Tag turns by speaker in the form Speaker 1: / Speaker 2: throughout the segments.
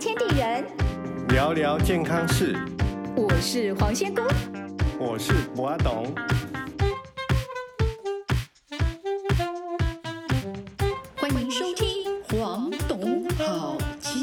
Speaker 1: 天地人，
Speaker 2: 聊聊健康事，
Speaker 1: 我是黄仙姑。
Speaker 2: 我是博阿董。
Speaker 1: 欢迎收听《黄董好见》。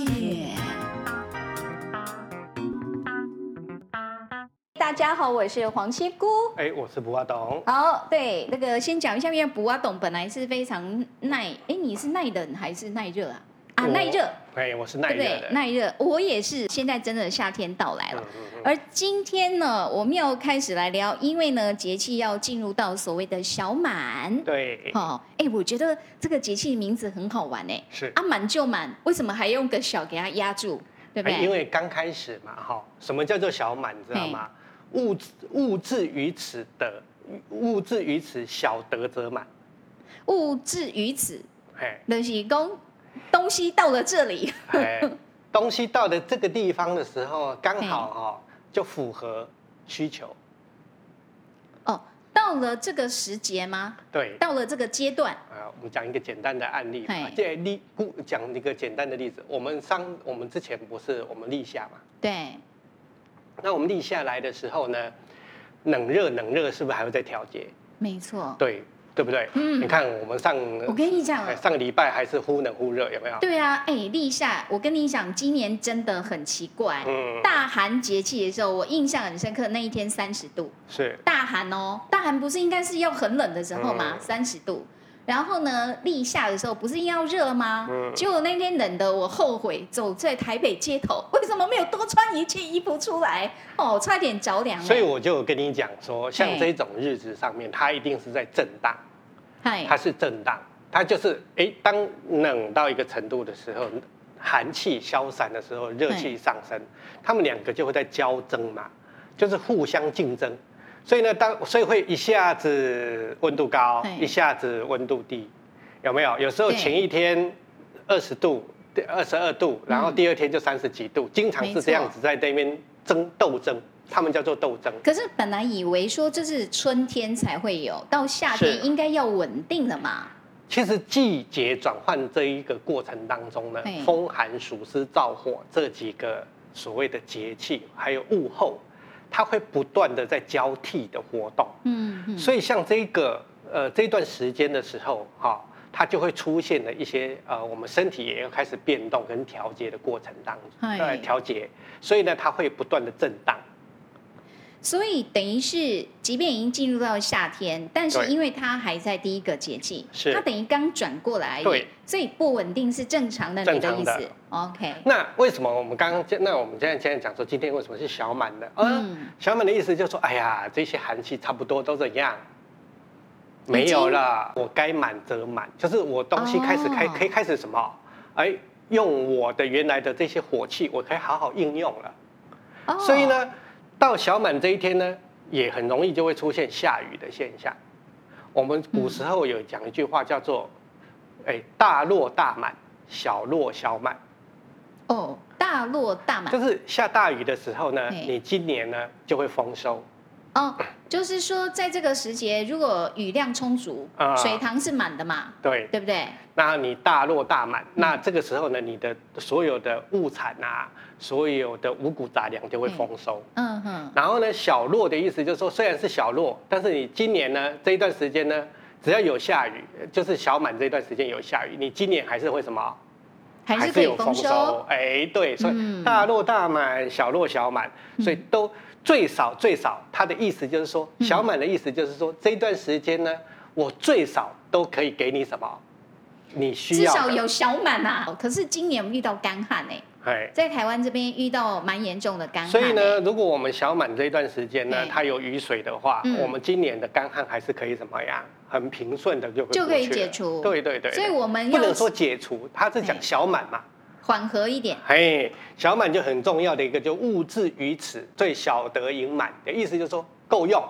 Speaker 1: 大家好，我是黄七姑。
Speaker 2: 哎，我是博阿董。
Speaker 1: 好，对，那个先讲一下，因为卜阿董本来是非常耐，哎，你是耐冷还是耐热啊？啊，
Speaker 2: 我
Speaker 1: 耐热，
Speaker 2: 哎，我是耐
Speaker 1: 对不
Speaker 2: 热
Speaker 1: 对
Speaker 2: 的。？
Speaker 1: 耐热，我也是。现在真的夏天到来了
Speaker 2: 嗯，嗯嗯
Speaker 1: 而今天呢，我们要开始来聊，因为呢，节气要进入到所谓的小满。
Speaker 2: 对，
Speaker 1: 哦，哎，我觉得这个节气名字很好玩哎，
Speaker 2: 是。
Speaker 1: 啊满就满，为什么还用个小给它压住，对不
Speaker 2: 哎
Speaker 1: 对？
Speaker 2: 因为刚开始嘛，哈，什么叫做小满，你知道
Speaker 1: 嘿
Speaker 2: 吗？物物至于此得，物至于此，小得则满。
Speaker 1: 物至于此，
Speaker 2: 哎
Speaker 1: 就是公东西到了这里，
Speaker 2: 哎，东西到的这个地方的时候，刚好哈就符合需求。
Speaker 1: 哦，到了这个时节吗？
Speaker 2: 对，
Speaker 1: 到了这个阶段，
Speaker 2: 啊，我们讲一个简单的案例嘛
Speaker 1: 嘿，
Speaker 2: 这例故讲一个简单的例子。我们上我们之前不是我们立夏嘛？
Speaker 1: 对，
Speaker 2: 那我们立下来的时候呢，冷热冷热是不是还会再调节？
Speaker 1: 没错。
Speaker 2: 对，对不对？
Speaker 1: 嗯
Speaker 2: 你看我们上
Speaker 1: 我跟你讲，啊
Speaker 2: 哎上个礼拜还是忽冷忽热，有没有？
Speaker 1: 对啊，哎，立夏，我跟你讲，今年真的很奇怪。
Speaker 2: 嗯，
Speaker 1: 大寒节气的时候，我印象很深刻，那一天三十度，
Speaker 2: 是
Speaker 1: 大寒哦，大寒不是应该是要很冷的时候吗
Speaker 2: 嗯？
Speaker 1: 三十、度。然后呢，立夏的时候不是应该要热吗？
Speaker 2: 嗯
Speaker 1: 结果那天冷的我后悔，走在台北街头， 为什么没有多穿一件衣服出来？哦，差点着凉了。
Speaker 2: 所以我就跟你讲说，像
Speaker 1: 嘿
Speaker 2: 这种日子上面，它一定是在震荡，
Speaker 1: 嗨
Speaker 2: 它，是震荡，它就是哎，当冷到一个程度的时候，寒气消散的时候，热气上升，它们两个就会在交争嘛，就是互相竞争。所以呢，当所以会一下子温度高
Speaker 1: 对，
Speaker 2: 一下子温度低，有没有？有时候
Speaker 1: 对
Speaker 2: 前一天二十度、二十二度，然后第二天就三十几度，经常
Speaker 1: 嗯没
Speaker 2: 是
Speaker 1: 错
Speaker 2: 这样子在那边争斗争，他们叫做斗争。
Speaker 1: 可是本来以为说这是春天才会有，到夏
Speaker 2: 是
Speaker 1: 天应该要稳定了嘛。
Speaker 2: 其实季节转换这一个过程当中呢
Speaker 1: 对，
Speaker 2: 风寒、暑湿、燥火这几个所谓的节气，还有物候，它会不断的在交替的活动。
Speaker 1: 嗯嗯，
Speaker 2: 所以像这个呃这段时间的时候，哈、它就会出现了一些呃我们身体也要开始变动跟调节的过程当中，
Speaker 1: 嗨
Speaker 2: 呃调节，所以呢它会不断的震荡。
Speaker 1: 所以等于是，即便已经进入到夏天，但是
Speaker 2: 对
Speaker 1: 因为它还在第一个节气，
Speaker 2: 是
Speaker 1: 它等于刚转过来而已，
Speaker 2: 对，
Speaker 1: 所以不稳定是正常的，你
Speaker 2: 正
Speaker 1: 的
Speaker 2: 常
Speaker 1: 意
Speaker 2: 的
Speaker 1: 思？OK，
Speaker 2: 那为什么我们刚刚那我们现在现在讲说今天为什么是小满呢？呃
Speaker 1: 嗯
Speaker 2: 小满的意思就是说，哎呀，这些寒气差不多都这样，没有了，我该满则满，就是我东西开始开、
Speaker 1: 哦
Speaker 2: 可以开始什么？哎，用我的原来的这些火气，我可以好好应用了。
Speaker 1: 哦
Speaker 2: 所以，呢，到小满这一天呢，也很容易就会出现下雨的现象。我们古时候有讲一句话叫做“哎、大落大满，小落小满”。
Speaker 1: 哦，大落大满
Speaker 2: 就，是下大雨的时候呢，
Speaker 1: 对
Speaker 2: 你今年呢就会丰收，
Speaker 1: 哦，就是说在这个时节，如果雨量充足，
Speaker 2: 啊
Speaker 1: 水塘是满的嘛，
Speaker 2: 对，
Speaker 1: 对不对？
Speaker 2: 那你大落大满，那这个时候呢，你的所有的物产啊，所有的五谷杂粮就会丰收。
Speaker 1: 嗯哼，
Speaker 2: 然后呢，小落的意思就是说，虽然是小落，但是你今年呢这一段时间呢，只要有下雨，就是小满这一段时间有下雨，你今年还是会什么？
Speaker 1: 还是可以丰收，。
Speaker 2: 哎，对，所以
Speaker 1: 嗯
Speaker 2: 大落大满，小落小满，所以都最少最少，它的意思就是说，
Speaker 1: 嗯
Speaker 2: 小满的意思就是说，这一段时间呢，我最少都可以给你什么，你需
Speaker 1: 至
Speaker 2: 要
Speaker 1: 少
Speaker 2: 的
Speaker 1: 有小满啊。可是今年我们遇到干旱哎，
Speaker 2: 哎。
Speaker 1: 在台湾这边遇到蛮严重的干旱，欸
Speaker 2: 所以呢，，如果我们小满这一段时间呢
Speaker 1: 对，
Speaker 2: 它有雨水的话，
Speaker 1: 嗯
Speaker 2: 我们今年的干旱还是可以怎么样，很平顺的就会
Speaker 1: 就可以
Speaker 2: 过去了
Speaker 1: 解除
Speaker 2: 对对对，
Speaker 1: 所以我们
Speaker 2: 不
Speaker 1: 要哎
Speaker 2: 能说解除，它是讲
Speaker 1: 对
Speaker 2: 小满嘛。
Speaker 1: 缓和一点。
Speaker 2: 嘿，小满就很重要的一个，就物至于此，最小得盈满的意思就是说够用，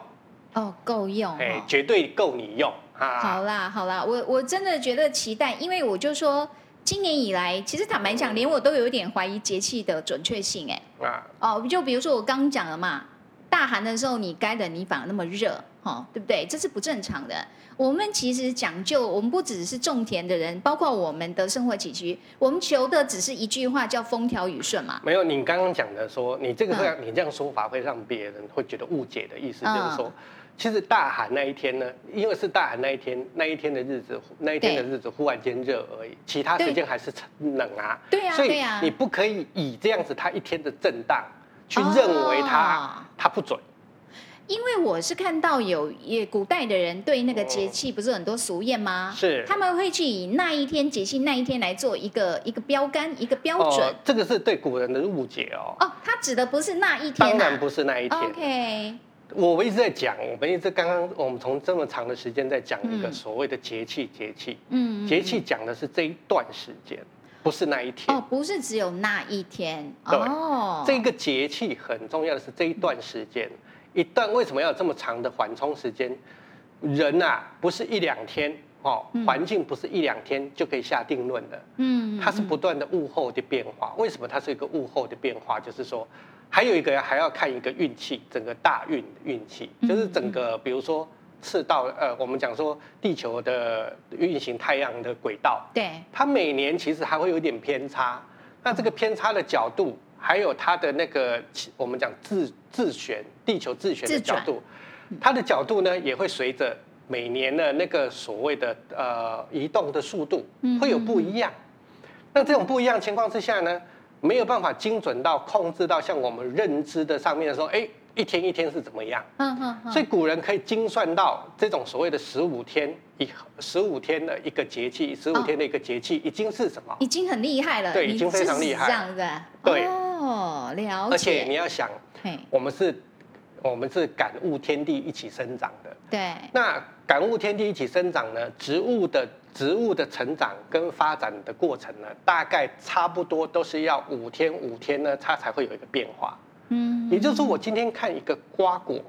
Speaker 1: 哦，够用、哦。
Speaker 2: 哎，绝对够你用啊。
Speaker 1: 好啦，好啦，我我真的觉得期待，因为我就说今年以来，其实坦白讲，连我都有一点怀疑节气的准确性、哎，
Speaker 2: 啊，
Speaker 1: 哦，就比如说我刚讲了嘛，大寒的时候你该冷，你反而那么热，哈，对不对？这是不正常的。我们其实讲究，我们不只是种田的人，包括我们的生活起居，我们求的只是一句话，叫风调雨顺嘛。
Speaker 2: 没有，你刚刚讲的说，你这个会让、你这样说法会让别人会觉得误解的意
Speaker 1: 嗯
Speaker 2: 思，就是说，其实大寒那一天呢，因为是大寒那一天，那一天的日子，那一天的日子忽然间热而已，其他时间还是冷啊。
Speaker 1: 对呀、
Speaker 2: 所
Speaker 1: 对
Speaker 2: 以
Speaker 1: 呀、
Speaker 2: 你不可以以这样子它一天的震荡去
Speaker 1: 哦
Speaker 2: 认为它、它不准。
Speaker 1: 因为我是看到有也古代的人对那个节气不是很多俗谚吗？
Speaker 2: 哦是
Speaker 1: 他们会去以那一天节气那一天来做一个一个标杆一个标准
Speaker 2: 哦。，这个是对古人的误解哦。
Speaker 1: 哦，他指的不是那一天、啊，
Speaker 2: 当然不是那一天。
Speaker 1: OK，
Speaker 2: 我们一直在讲，我们一直刚刚我们从这么长的时间在讲一个
Speaker 1: 嗯
Speaker 2: 所谓的节气，节气，
Speaker 1: 嗯，
Speaker 2: 节气讲的是这一段时间，不是那一天
Speaker 1: 哦，。不是只有那一天
Speaker 2: 对
Speaker 1: 哦，
Speaker 2: 这个节气很重要的是这一段时间，一段为什么要有这么长的缓冲时间？人啊，不是一两天哦，环境不是一两天就可以下定论的，
Speaker 1: 嗯，
Speaker 2: 它是不断的物候的变化。为什么它是一个物候的变化？就是说，还有一个还要看一个运气，整个大运运气，
Speaker 1: 嗯
Speaker 2: 就是整个比如说赤道，呃，我们讲说地球的运行太阳的轨道，
Speaker 1: 对，
Speaker 2: 它每年其实还会有点偏差。那这个偏差的角度，还有它的那个我们讲自自旋，地球自旋的
Speaker 1: 自
Speaker 2: 角
Speaker 1: 转嗯
Speaker 2: 度，它的角度呢也会随着每年的那个所谓的呃移动的速度
Speaker 1: 嗯
Speaker 2: 会有不一样。那这种不一样情况之下呢，没有办法精准到控制到像我们认知的上面说，哎，一天一天是怎么样？
Speaker 1: 嗯哼哼，
Speaker 2: 所以古人可以精算到这种所谓的十五天一十五天的一个节气，十五
Speaker 1: 哦
Speaker 2: 天的一个节气已经是什么？
Speaker 1: 已经很厉害了，
Speaker 2: 对
Speaker 1: 你
Speaker 2: 已经非常厉害
Speaker 1: 是这样的，
Speaker 2: 对
Speaker 1: 哦，了解，
Speaker 2: 而且你要想，
Speaker 1: 嘿，
Speaker 2: 我们是，我们是感悟天地一起生长的。
Speaker 1: 对，
Speaker 2: 那感悟天地一起生长呢，植物的植物的成长跟发展的过程呢，大概差不多都是要五天五天呢，它才会有一个变化。
Speaker 1: 嗯，
Speaker 2: 也就是说，我今天看一个瓜果、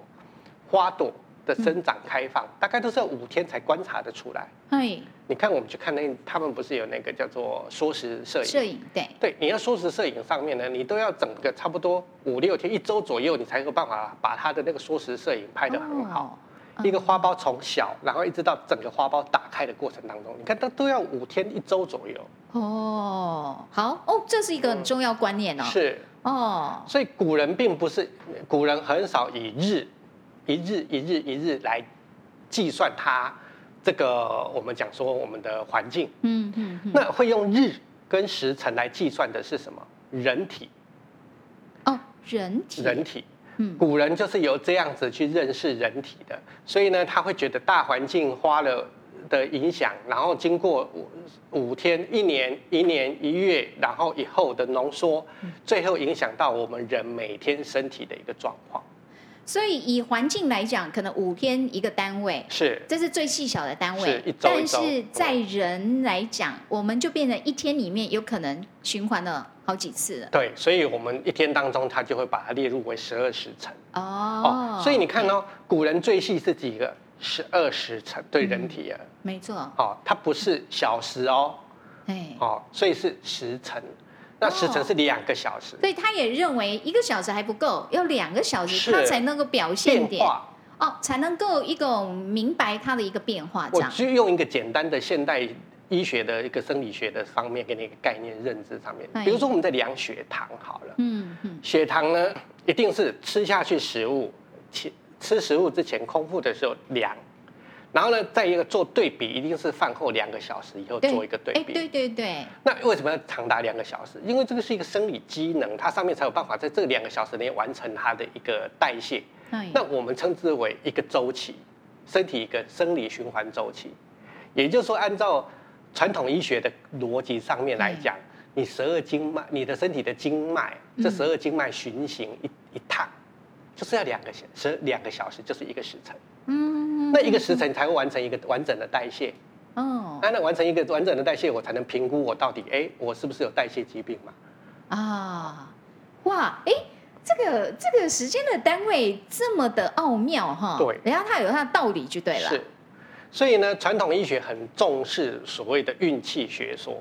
Speaker 2: 花朵的生长开放，大概都是要五天才观察得出来。
Speaker 1: 嘿，
Speaker 2: 你看，我们去看那他们不是有那个叫做缩时摄影？
Speaker 1: 摄影对，
Speaker 2: 对，你要缩时摄影上面呢，你都要整个差不多五六天，一周左右，你才有办法把它的那个缩时摄影拍得很好。
Speaker 1: 哦，
Speaker 2: 一个花苞从小，然后一直到整个花苞打开的过程当中，你看它都要五天一周左右。
Speaker 1: 哦，好哦，这是一个很重要观念哦，
Speaker 2: 是，
Speaker 1: 哦，
Speaker 2: 所以古人并不是古人很少以日、一日、一日、一日来计算它这个我们讲说我们的环境。
Speaker 1: 嗯嗯嗯，
Speaker 2: 那会用日跟时辰来计算的是什么？人体，
Speaker 1: 哦，人体，
Speaker 2: 人体。
Speaker 1: 嗯
Speaker 2: 古人就是由这样子去认识人体的，所以呢，他会觉得大环境花了的影响，然后经过五五天、一年、一年一月，然后以后的浓缩，
Speaker 1: 嗯
Speaker 2: 最后影响到我们人每天身体的一个状况。
Speaker 1: 所以以环境来讲，可能五天一个单位，
Speaker 2: 是
Speaker 1: 这是最细小的单
Speaker 2: 是
Speaker 1: 位
Speaker 2: 一，周一
Speaker 1: 但
Speaker 2: 周
Speaker 1: 是在人来讲，我们就变成一天里面有可能循环了好几次了。
Speaker 2: 对，所以我们一天当中，他就会把它列入为十二时辰。
Speaker 1: 哦
Speaker 2: 哦，，所以你看哦，古人最细是几个？十二时辰对人体啊，
Speaker 1: 没错，
Speaker 2: 哦，它不是小时哦，
Speaker 1: 哎，
Speaker 2: 哦，所以是时辰。那时辰
Speaker 1: 哦
Speaker 2: 是两个小时，
Speaker 1: 所以他也认为一个小时还不够，要两个小时
Speaker 2: 是
Speaker 1: 他才能够表现
Speaker 2: 变
Speaker 1: 点
Speaker 2: 化。
Speaker 1: 哦，才能够一种明白他的一个变化这
Speaker 2: 我
Speaker 1: 样。
Speaker 2: 就用一个简单的现代医学的一个生理学的方面给你一个概念认知上面
Speaker 1: 哎，
Speaker 2: 比如说我们在量血糖好了，
Speaker 1: 嗯嗯，
Speaker 2: 血糖呢一定是吃下去食物，吃吃食物之前空腹的时候量，然后呢再一个做对比，一定是饭后两个小时以后做一个对
Speaker 1: 哎，
Speaker 2: 比。
Speaker 1: 对对对，
Speaker 2: 那为什么要长达两个小时？因为这个是一个生理机能，它上面才有办法在这两个小时内完成它的一个代谢。
Speaker 1: 哎
Speaker 2: 那我们称之为一个周期，身体一个生理循环周期。也就是说，按照传统医学的逻辑上面来讲，你十二经脉，你的身体的经脉，这十二经脉循行一一趟，就是要两个小时，两个小时就是一个时辰。
Speaker 1: 嗯，
Speaker 2: 那一个时辰才会完成一个完整的代谢。
Speaker 1: 哦
Speaker 2: 那那完成一个完整的代谢，我才能评估我到底，哎，我是不是有代谢疾病嘛？
Speaker 1: 啊，哇，哎，这个这个时间的单位这么的奥妙哈，
Speaker 2: 对
Speaker 1: 然后它有它的道理就对了，
Speaker 2: 是，所以呢，传统医学很重视所谓的运气学说，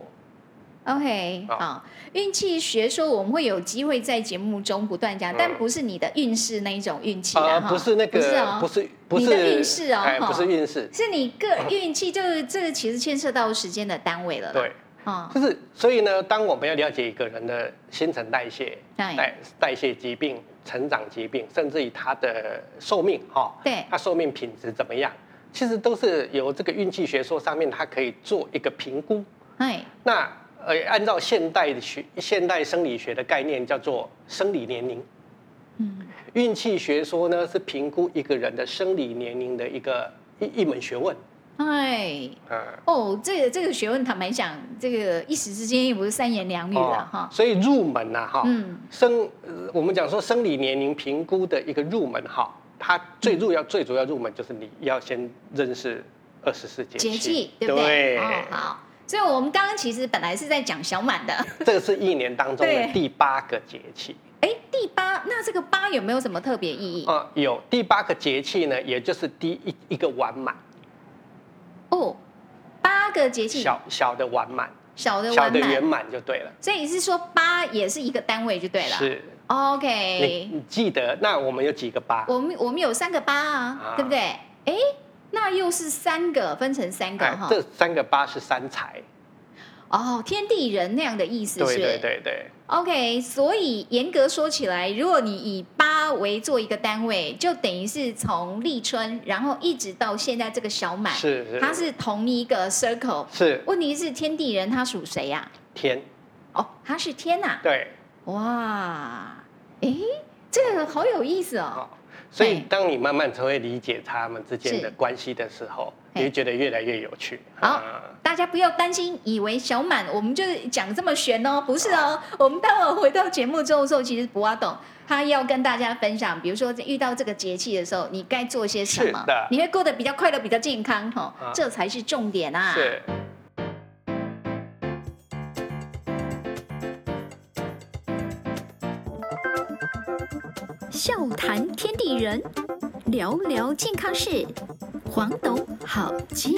Speaker 1: OK，
Speaker 2: 好
Speaker 1: 好，运气学说我们会有机会在节目中不断讲，
Speaker 2: 嗯
Speaker 1: 但不是你的运势那一种运气
Speaker 2: 呃
Speaker 1: 啊，，哈
Speaker 2: 不是那
Speaker 1: 不是
Speaker 2: 个
Speaker 1: 哦，，
Speaker 2: 不是不
Speaker 1: 你
Speaker 2: 是
Speaker 1: 的运势哦
Speaker 2: 哎，
Speaker 1: 哈
Speaker 2: 不是运势，
Speaker 1: 是你 个运气，就是这个其实牵涉到时间的单位了，
Speaker 2: 对，，
Speaker 1: 哦，
Speaker 2: 就是所以呢，当我们要了解一个人的新陈代谢、
Speaker 1: 对，
Speaker 2: 代代谢疾病、成长疾病，甚至于他的寿命哈，
Speaker 1: 对，
Speaker 2: 他寿命品质怎么样，其实都是由这个运气学说上面，它可以做一个评估。
Speaker 1: 哎，
Speaker 2: 那呃，按照现代的学、现代生理学的概念，叫做生理年龄。
Speaker 1: 嗯，
Speaker 2: 运气学说呢，是评估一个人的生理年龄的一个一一门学问。
Speaker 1: 哎，
Speaker 2: 嗯，
Speaker 1: 哦，这个这个学问，坦白讲，这个一时之间也不是三言两语了哈，
Speaker 2: 哦所以入门呐、哈，
Speaker 1: 嗯，
Speaker 2: 生呃我们讲说生理年龄评估的一个入门哈，它
Speaker 1: 嗯
Speaker 2: 最主要、最主要入门就是你要先认识二十四节
Speaker 1: 节
Speaker 2: 气，
Speaker 1: 气对不哦，好，所以我们刚刚其实本来是在讲小满的，
Speaker 2: 这个是一年当中的
Speaker 1: 对
Speaker 2: 第八个节气
Speaker 1: 哎，第八，那这个八有没有什么特别意义？
Speaker 2: 啊、有第八个节气呢，也就是第一一个完满，
Speaker 1: 哦，八个节气，
Speaker 2: 小小的完满，
Speaker 1: 小的
Speaker 2: 小
Speaker 1: 完
Speaker 2: 的圆
Speaker 1: 满，
Speaker 2: 满就对了。
Speaker 1: 所以是说八也是一个单位就对了。
Speaker 2: 是，你
Speaker 1: OK，
Speaker 2: 你记得？那我们有几个八？
Speaker 1: 我们我们有三个八啊
Speaker 2: 啊，
Speaker 1: 对不对？哎，那又是三个分成三个
Speaker 2: 哎
Speaker 1: 哈。
Speaker 2: 这三个八是三才，
Speaker 1: 哦，天地人那样的意思是不
Speaker 2: 对
Speaker 1: 是？
Speaker 2: 对对对，
Speaker 1: OK，所以严格说起来，如果你以八为做一个单位，就等于是从立春，然后一直到现在这个小满，
Speaker 2: 是是
Speaker 1: 它是同一个 circle。
Speaker 2: 是
Speaker 1: 问题是天地人他属谁呀、
Speaker 2: 天，
Speaker 1: 哦，他是天呐、
Speaker 2: 对。
Speaker 1: 哇，诶，这个好有意思哦。
Speaker 2: 啊，所以
Speaker 1: 对
Speaker 2: 当你慢慢成为理解他们之间
Speaker 1: 是
Speaker 2: 的关系的时候，
Speaker 1: 嘿
Speaker 2: 你会觉得越来越有趣。
Speaker 1: 好
Speaker 2: 啊
Speaker 1: 大家不要担心，以为小满我们就是讲这么玄哦，不是哦。我们待会儿回到节目之后的时候，其实不阿懂他要跟大家分享，比如说遇到这个节气的时候，你该做些什么
Speaker 2: 是的，
Speaker 1: 你会过得比较快乐、比较健康哦，
Speaker 2: 啊
Speaker 1: 这才是重点啊。
Speaker 2: 是
Speaker 3: 笑谈天地人，聊聊健康事，黄董好健。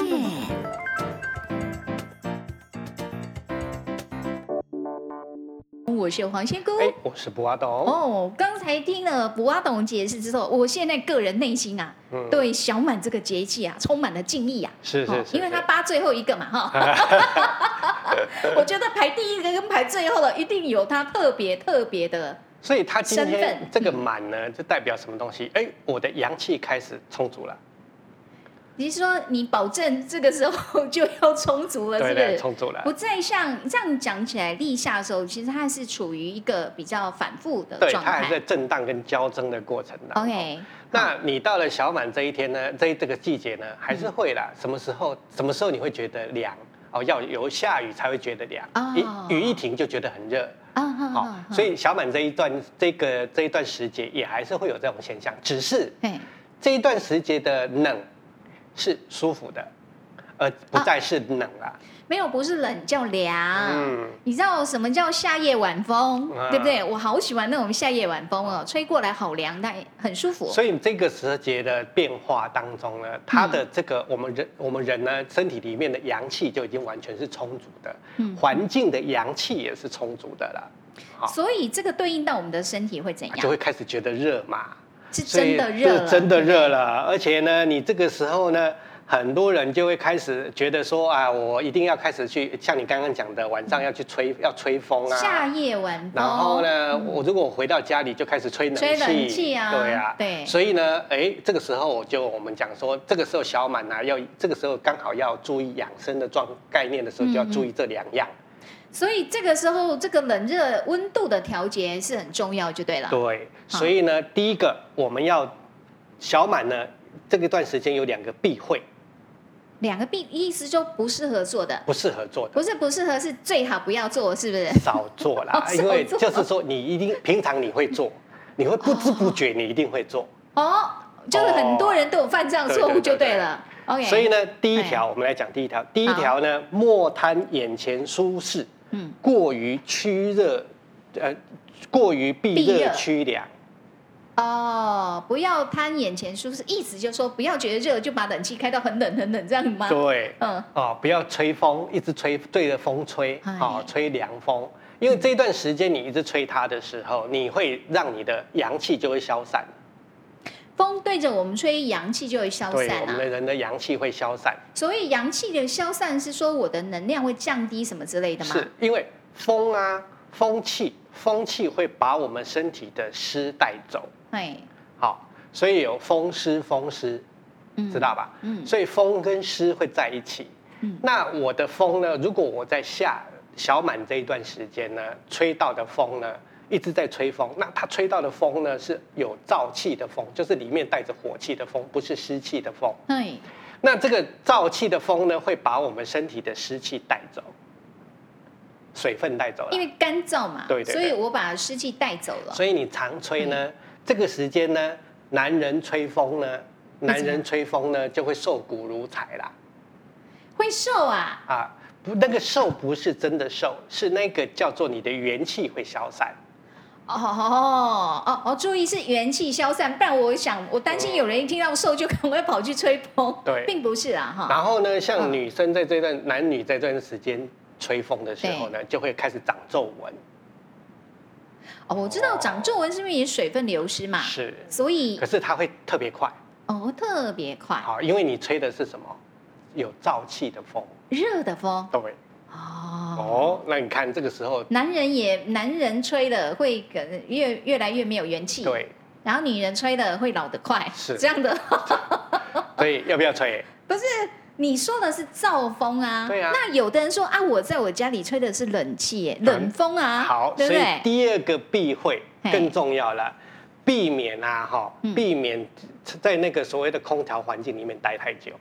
Speaker 1: 我是黄仙姑。
Speaker 2: 哎，我是不阿斗。
Speaker 1: 哦，刚才听了不阿董解释之后，我现在个人内心啊，
Speaker 2: 嗯，
Speaker 1: 对小满这个节气啊，充满了敬意啊。
Speaker 2: 是
Speaker 1: 哦
Speaker 2: 是是，
Speaker 1: 因为
Speaker 2: 是
Speaker 1: 他八最后一个嘛哈， 我觉得排第一个跟排最后的一定有他特别特别的
Speaker 2: 所以他今
Speaker 1: 身份
Speaker 2: 天这个满呢，就代表什么东西？哎，我的阳气开始充足了，
Speaker 1: 你是说你保证这个时候就要充足了，是
Speaker 2: 对
Speaker 1: 不
Speaker 2: 对，
Speaker 1: 是？
Speaker 2: 充足了
Speaker 1: 不。再像这样讲起来，立夏的时候，其实它是处于一个比较反复的
Speaker 2: 对，
Speaker 1: 状
Speaker 2: 它还
Speaker 1: 态。
Speaker 2: 在
Speaker 1: 哦
Speaker 2: 震荡跟交争的过程呢。
Speaker 1: OK，
Speaker 2: 那你到了小满这一天呢，这这个季节呢，还是会啦。
Speaker 1: 嗯
Speaker 2: 什么时候？什么时候你会觉得凉？哦，要有下雨才会觉得凉
Speaker 1: 哦。
Speaker 2: 一雨一停就觉得很热。
Speaker 1: 啊哈
Speaker 2: 好、
Speaker 1: 哈，
Speaker 2: 所以小满这一段这个这一段时节也还是会有这种现象，只是
Speaker 1: 嘿
Speaker 2: 这一段时节的冷是舒服的，而不
Speaker 1: 啊
Speaker 2: 再是冷了、
Speaker 1: 没有不是冷叫凉。
Speaker 2: 嗯，
Speaker 1: 你知道什么叫夏夜晚风，
Speaker 2: 啊
Speaker 1: 对不对？我好喜欢那种夏夜晚风哦，吹过来好凉，但很舒服。
Speaker 2: 所以这个时节的变化当中
Speaker 1: 嗯
Speaker 2: 呢，它的这个我们人我们人呢身体里面的阳气就已经完全是充足的，
Speaker 1: 嗯
Speaker 2: 环境的阳气也是充足的了，好
Speaker 1: 所以这个对应到我们的身体会怎
Speaker 2: 啊就
Speaker 1: 样？
Speaker 2: 会开始觉得热嘛。
Speaker 1: 是
Speaker 2: 所以
Speaker 1: 真的热
Speaker 2: 这
Speaker 1: 了，
Speaker 2: 真的热了。而且呢，你这个时候呢，很多人就会开始觉得说啊，我一定要开始去，像你刚刚讲的，晚上要去吹，要吹风
Speaker 1: 夏
Speaker 2: 啊。
Speaker 1: 夜晚风。
Speaker 2: 然后呢，我如果我回到家里就开始吹冷
Speaker 1: 哦吹冷气啊
Speaker 2: 对啊，
Speaker 1: 对
Speaker 2: 所以呢，哎，这个时候我就我们讲说，这个时候小满啊，要这个时候刚好要注意养生的状概念的时候，就要
Speaker 1: 嗯
Speaker 2: 注意这两样。
Speaker 1: 所以这个时候这个冷热温度的调节是很重要，就对了。
Speaker 2: 对，
Speaker 1: 好
Speaker 2: 所以呢，第一个我们要小满呢，这个段时间有两个避讳
Speaker 1: 两个病意思就不适合做的，
Speaker 2: 不适合做的。
Speaker 1: 不是不适合，是最好不要做，是不 是？
Speaker 2: 少做
Speaker 1: 哦
Speaker 2: 啦，
Speaker 1: 少做
Speaker 2: 因为就是说你一定平常你会做，你会不知不觉你一定会做。
Speaker 1: 哦，就是很多人都有犯这样的错误，
Speaker 2: 对对
Speaker 1: 就
Speaker 2: 对
Speaker 1: 对了。OK，哎
Speaker 2: 所以呢，第一条我们来讲第一条，第一条呢，莫贪眼前舒适，
Speaker 1: 嗯，
Speaker 2: 过于趋热，呃，过于避
Speaker 1: 避热
Speaker 2: 热趋凉。
Speaker 1: 哦，不要贪眼前舒适，意思就是说不要觉得热就把冷气开到很冷很冷，这样吗？
Speaker 2: 对，
Speaker 1: 嗯，
Speaker 2: 哦，不要吹风，一直吹，对着风吹，
Speaker 1: 哎
Speaker 2: 哦，吹凉风。因为这一段时间你一直吹它的时候，你会让你的阳气就会消散，
Speaker 1: 风对着我们吹，阳气就会消
Speaker 2: 对，
Speaker 1: 散
Speaker 2: 我们
Speaker 1: 啊
Speaker 2: 的。人的阳气会消散，
Speaker 1: 所以阳气的消散是说我的能量会降低什么之类的吗？
Speaker 2: 是因为风啊，风气，风气会把我们身体的湿带走，
Speaker 1: 哎，
Speaker 2: 好，所以有风湿，风湿，
Speaker 1: 嗯
Speaker 2: 知道吧？
Speaker 1: 嗯
Speaker 2: 所以风跟湿会在一起。
Speaker 1: 嗯
Speaker 2: 那我的风呢？如果我在下小满这一段时间呢，吹到的风呢，一直在吹风，那它吹到的风呢是有燥气的风，就是里面带着火气的风，不是湿气的风。
Speaker 1: 哎，
Speaker 2: 那这个燥气的风呢，会把我们身体的湿气带走，水分带走了。
Speaker 1: 因为干燥嘛，
Speaker 2: 对对对
Speaker 1: 所以我把湿气带走了。
Speaker 2: 所以你常吹
Speaker 1: 嗯
Speaker 2: 呢，这个时间呢，男人吹风呢，
Speaker 1: 怎么
Speaker 2: 男人吹风呢就会瘦骨如柴啦。
Speaker 1: 会瘦啊，
Speaker 2: 啊，不，那个瘦不是真的瘦，是那个叫做你的元气会消散。
Speaker 1: 哦哦哦哦，注意是元气消散，不然我想我担心有人一听到瘦就赶快跑去吹风，
Speaker 2: 对
Speaker 1: 并不是啊哈，
Speaker 2: 然后呢，像
Speaker 1: 嗯
Speaker 2: 女生在这段男女在这段时间吹风的时候呢，就会开始长皱纹。
Speaker 1: 哦，我知道长皱纹是因为你水分流失嘛，
Speaker 2: 是，
Speaker 1: 啊所以
Speaker 2: 可是它会特别快，
Speaker 1: 哦特别快，
Speaker 2: 好，因为你吹的是什么？有燥气的风。
Speaker 1: 热的风
Speaker 2: 对，
Speaker 1: 哦。
Speaker 2: 哦，那你看这个时候，
Speaker 1: 男人也男人吹了会可能越越来越没有元气，，
Speaker 2: 对，
Speaker 1: 然后女人吹了会老得快，
Speaker 2: 是
Speaker 1: 这样的。
Speaker 2: 所以要不要吹？
Speaker 1: 不是你说的是燥风啊，
Speaker 2: 对啊嗯
Speaker 1: 那有的人说啊，我在我家里吹的是冷气耶，冷风啊，
Speaker 2: 好，
Speaker 1: 对不
Speaker 2: 所以
Speaker 1: 对？
Speaker 2: 第二个避讳
Speaker 1: 嘿
Speaker 2: 更重要了，避免啊哈
Speaker 1: 嗯，
Speaker 2: 避免在那个所谓的空调环境里面待太久。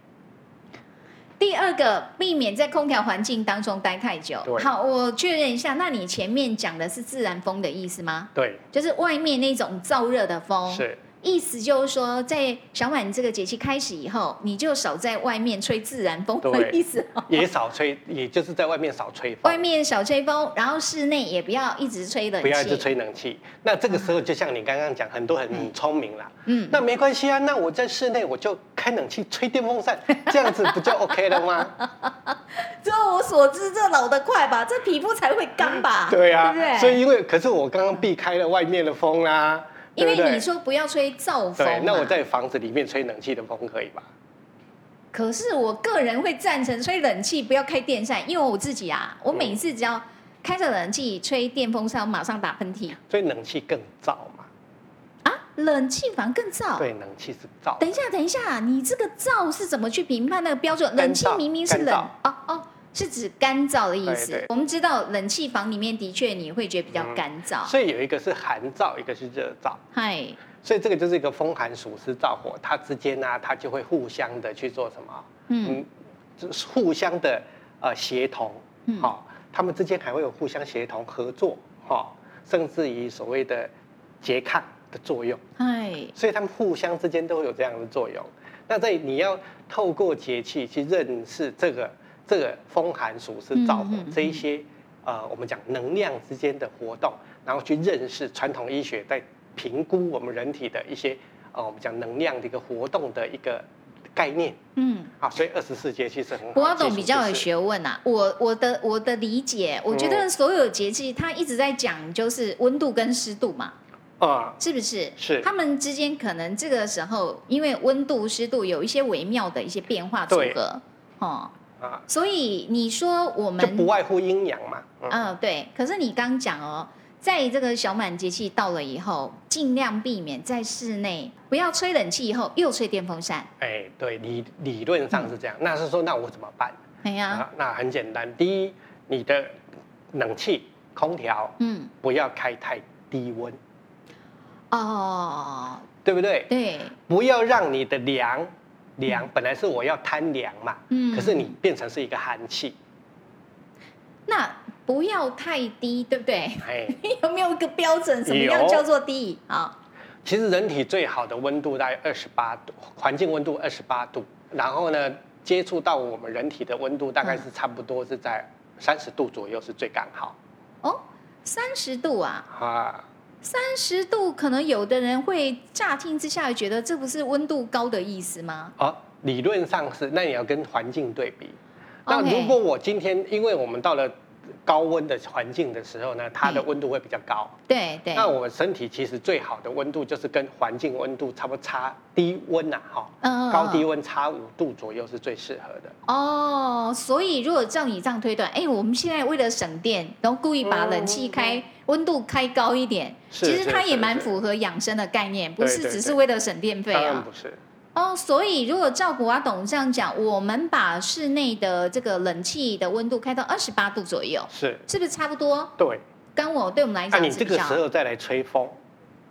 Speaker 1: 第二个，避免在空调环境当中待太久
Speaker 2: 对。
Speaker 1: 好，我确认一下，那你前面讲的是自然风的意思吗？
Speaker 2: 对，
Speaker 1: 就是外面那种燥热的风，
Speaker 2: 是
Speaker 1: 意思就是说，在小满这个节气开始以后，你就少在外面吹自然风的
Speaker 2: 对
Speaker 1: 意思哦、
Speaker 2: 也少吹，也就是在外面少吹风，
Speaker 1: 外面少吹风，然后室内也不要一直吹冷气，
Speaker 2: 不要一直吹冷气。那这个时候就像你刚刚讲，很多人很聪明啦，
Speaker 1: 嗯，
Speaker 2: 那没关系啊，那我在室内我就开冷气、吹电 风扇，这样子不就 OK 了吗？
Speaker 1: 就我所知，这老得快吧，这皮肤才会干吧？
Speaker 2: 对
Speaker 1: 对
Speaker 2: 啊，
Speaker 1: 不对？
Speaker 2: 所以因为可是我刚刚避开了外面的风啦、
Speaker 1: 因
Speaker 2: 对不
Speaker 1: 为
Speaker 2: 对
Speaker 1: 你？说不要吹燥风啊嘛
Speaker 2: 对，那我在房子里面吹冷气的风可以吧？
Speaker 1: 可是我个人会赞成吹冷气，不要开电扇，因为我自己
Speaker 2: 嗯
Speaker 1: 啊，我每次只要开着冷气吹电风扇，我马上打喷嚏
Speaker 2: 所以冷气更燥嘛。
Speaker 1: 啊，冷气反而更燥。
Speaker 2: 对，冷气是燥。
Speaker 1: 等一下，等一下，你这个燥是怎么去评判那个标准？冷气
Speaker 2: 干燥
Speaker 1: 明明是
Speaker 2: 干
Speaker 1: 冷，哦哦，是指干燥的意思。
Speaker 2: 对对
Speaker 1: 我们知道冷气房里面的确你会觉得比较干燥，
Speaker 2: 所以有一个是寒燥，一个是热燥，
Speaker 1: 嗨、
Speaker 2: 所以这个就是一个风寒暑湿燥火，它之间呢、它就会互相的去做什么？
Speaker 1: 嗯，
Speaker 2: 嗯，就是互相的呃协同，
Speaker 1: 嗯
Speaker 2: 好、他们之间还会有互相协同合作，哈、甚至于所谓的拮抗的作用，
Speaker 1: 嗨、
Speaker 2: 所以他们互相之间都会有这样的作用。那在你要透过节气去认识这个这个风寒暑湿燥火
Speaker 1: 嗯嗯嗯
Speaker 2: 这一些呃，我们讲能量之间的活动，然后去认识传统医学在评估我们人体的一些呃，我们讲能量的一个活动的一个概念。
Speaker 1: 嗯。
Speaker 2: 啊，所以二十四节气是很好。
Speaker 1: 博阿
Speaker 2: 记
Speaker 1: 董
Speaker 2: 住
Speaker 1: 比较
Speaker 2: 就
Speaker 1: 有
Speaker 2: 是，
Speaker 1: 学问啊，我我的我的理解，我觉
Speaker 2: 嗯
Speaker 1: 得所有节气它一直在讲就是温度跟湿度嘛，
Speaker 2: 啊、
Speaker 1: 是不是？
Speaker 2: 是
Speaker 1: 他们之间可能这个时候因为温度湿度有一些微妙的一些变化组
Speaker 2: 对
Speaker 1: 合，哦，
Speaker 2: 啊，
Speaker 1: 所以你说我
Speaker 2: 就不
Speaker 1: 们，
Speaker 2: 外乎阴阳嘛。嗯，
Speaker 1: 嗯、对，可是你刚讲哦。在这个小满节气到了以后，尽量避免在室内不要吹冷气，以后又吹电风扇。
Speaker 2: 哎，对，理理论上是这样。那是说，那我怎么办？
Speaker 1: 哎呀，
Speaker 2: 啊，那很简单，第一，你的冷气、空调
Speaker 1: 嗯，
Speaker 2: 不要开太低温，
Speaker 1: 哦，
Speaker 2: 对不对？
Speaker 1: 对，
Speaker 2: 不要让你的凉凉，本来是我要贪凉嘛，
Speaker 1: 嗯
Speaker 2: 可是你变成是一个寒气，
Speaker 1: 那不要太低，对不对？
Speaker 2: 哎，
Speaker 1: 有没有一个标准？什么样
Speaker 2: 有
Speaker 1: 叫做低啊？
Speaker 2: 其实人体最好的温度大概二十八度，环境温度二十八度，然后呢，接触到我们人体的温度大概是差不多是在三十度左右是最刚好
Speaker 1: 哦，三十度啊，
Speaker 2: 啊。
Speaker 1: 三十度，可能有的人会乍听之下觉得这不是温度高的意思吗？
Speaker 2: 啊、理论上是，那你要跟环境对比。那
Speaker 1: OK
Speaker 2: 如果我今天，因为我们到了高温的环境的时候呢，它的
Speaker 1: 嗯
Speaker 2: 温度会比较高。
Speaker 1: 对对，
Speaker 2: 那我们身体其实最好的温度就是跟环境温度差不多差低温呐、哈、
Speaker 1: 嗯嗯
Speaker 2: 高低
Speaker 1: 嗯
Speaker 2: 温差五度左右是最适合的。
Speaker 1: 哦，所以如果照你这样推断，哎，我们现在为了省电，然后故意把冷气开、温度开高一点，
Speaker 2: 哦是
Speaker 1: 其实它
Speaker 2: 是
Speaker 1: 也
Speaker 2: 是
Speaker 1: 蛮
Speaker 2: 是
Speaker 1: 符合养生的概念，不
Speaker 2: 对
Speaker 1: 是
Speaker 2: 对
Speaker 1: 只是
Speaker 2: 对
Speaker 1: 为了省电费
Speaker 2: 当然
Speaker 1: 啊
Speaker 2: 不。是，
Speaker 1: 哦，所以如果照古阿董这样讲，我们把室内的这个冷气的温度开到二十八度左右，
Speaker 2: 是
Speaker 1: 是不是差不多？
Speaker 2: 对。
Speaker 1: 刚我对我们来
Speaker 2: 那
Speaker 1: 讲
Speaker 2: 你
Speaker 1: 是
Speaker 2: 这
Speaker 1: 比
Speaker 2: 个
Speaker 1: 较、
Speaker 2: 时候再来吹风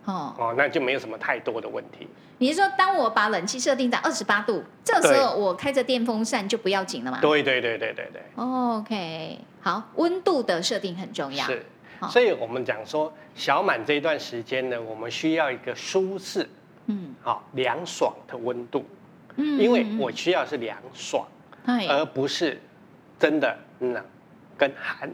Speaker 1: 哦。
Speaker 2: 哦，那就没有什么太多的问题。
Speaker 1: 你是说，当我把冷气设定在二十八度，这个时候我开着电风扇就不要紧了嘛？
Speaker 2: 对对对对对对。
Speaker 1: 哦 OK，好，温度的设定很重要。
Speaker 2: 是
Speaker 1: 好，
Speaker 2: 所以我们讲说，小满这一段时间呢，我们需要一个舒适、
Speaker 1: 嗯
Speaker 2: 啊凉爽的温度，
Speaker 1: 嗯，
Speaker 2: 因为
Speaker 1: 嗯
Speaker 2: 我呃需要是凉爽，
Speaker 1: 哎
Speaker 2: 而不是真的冷跟寒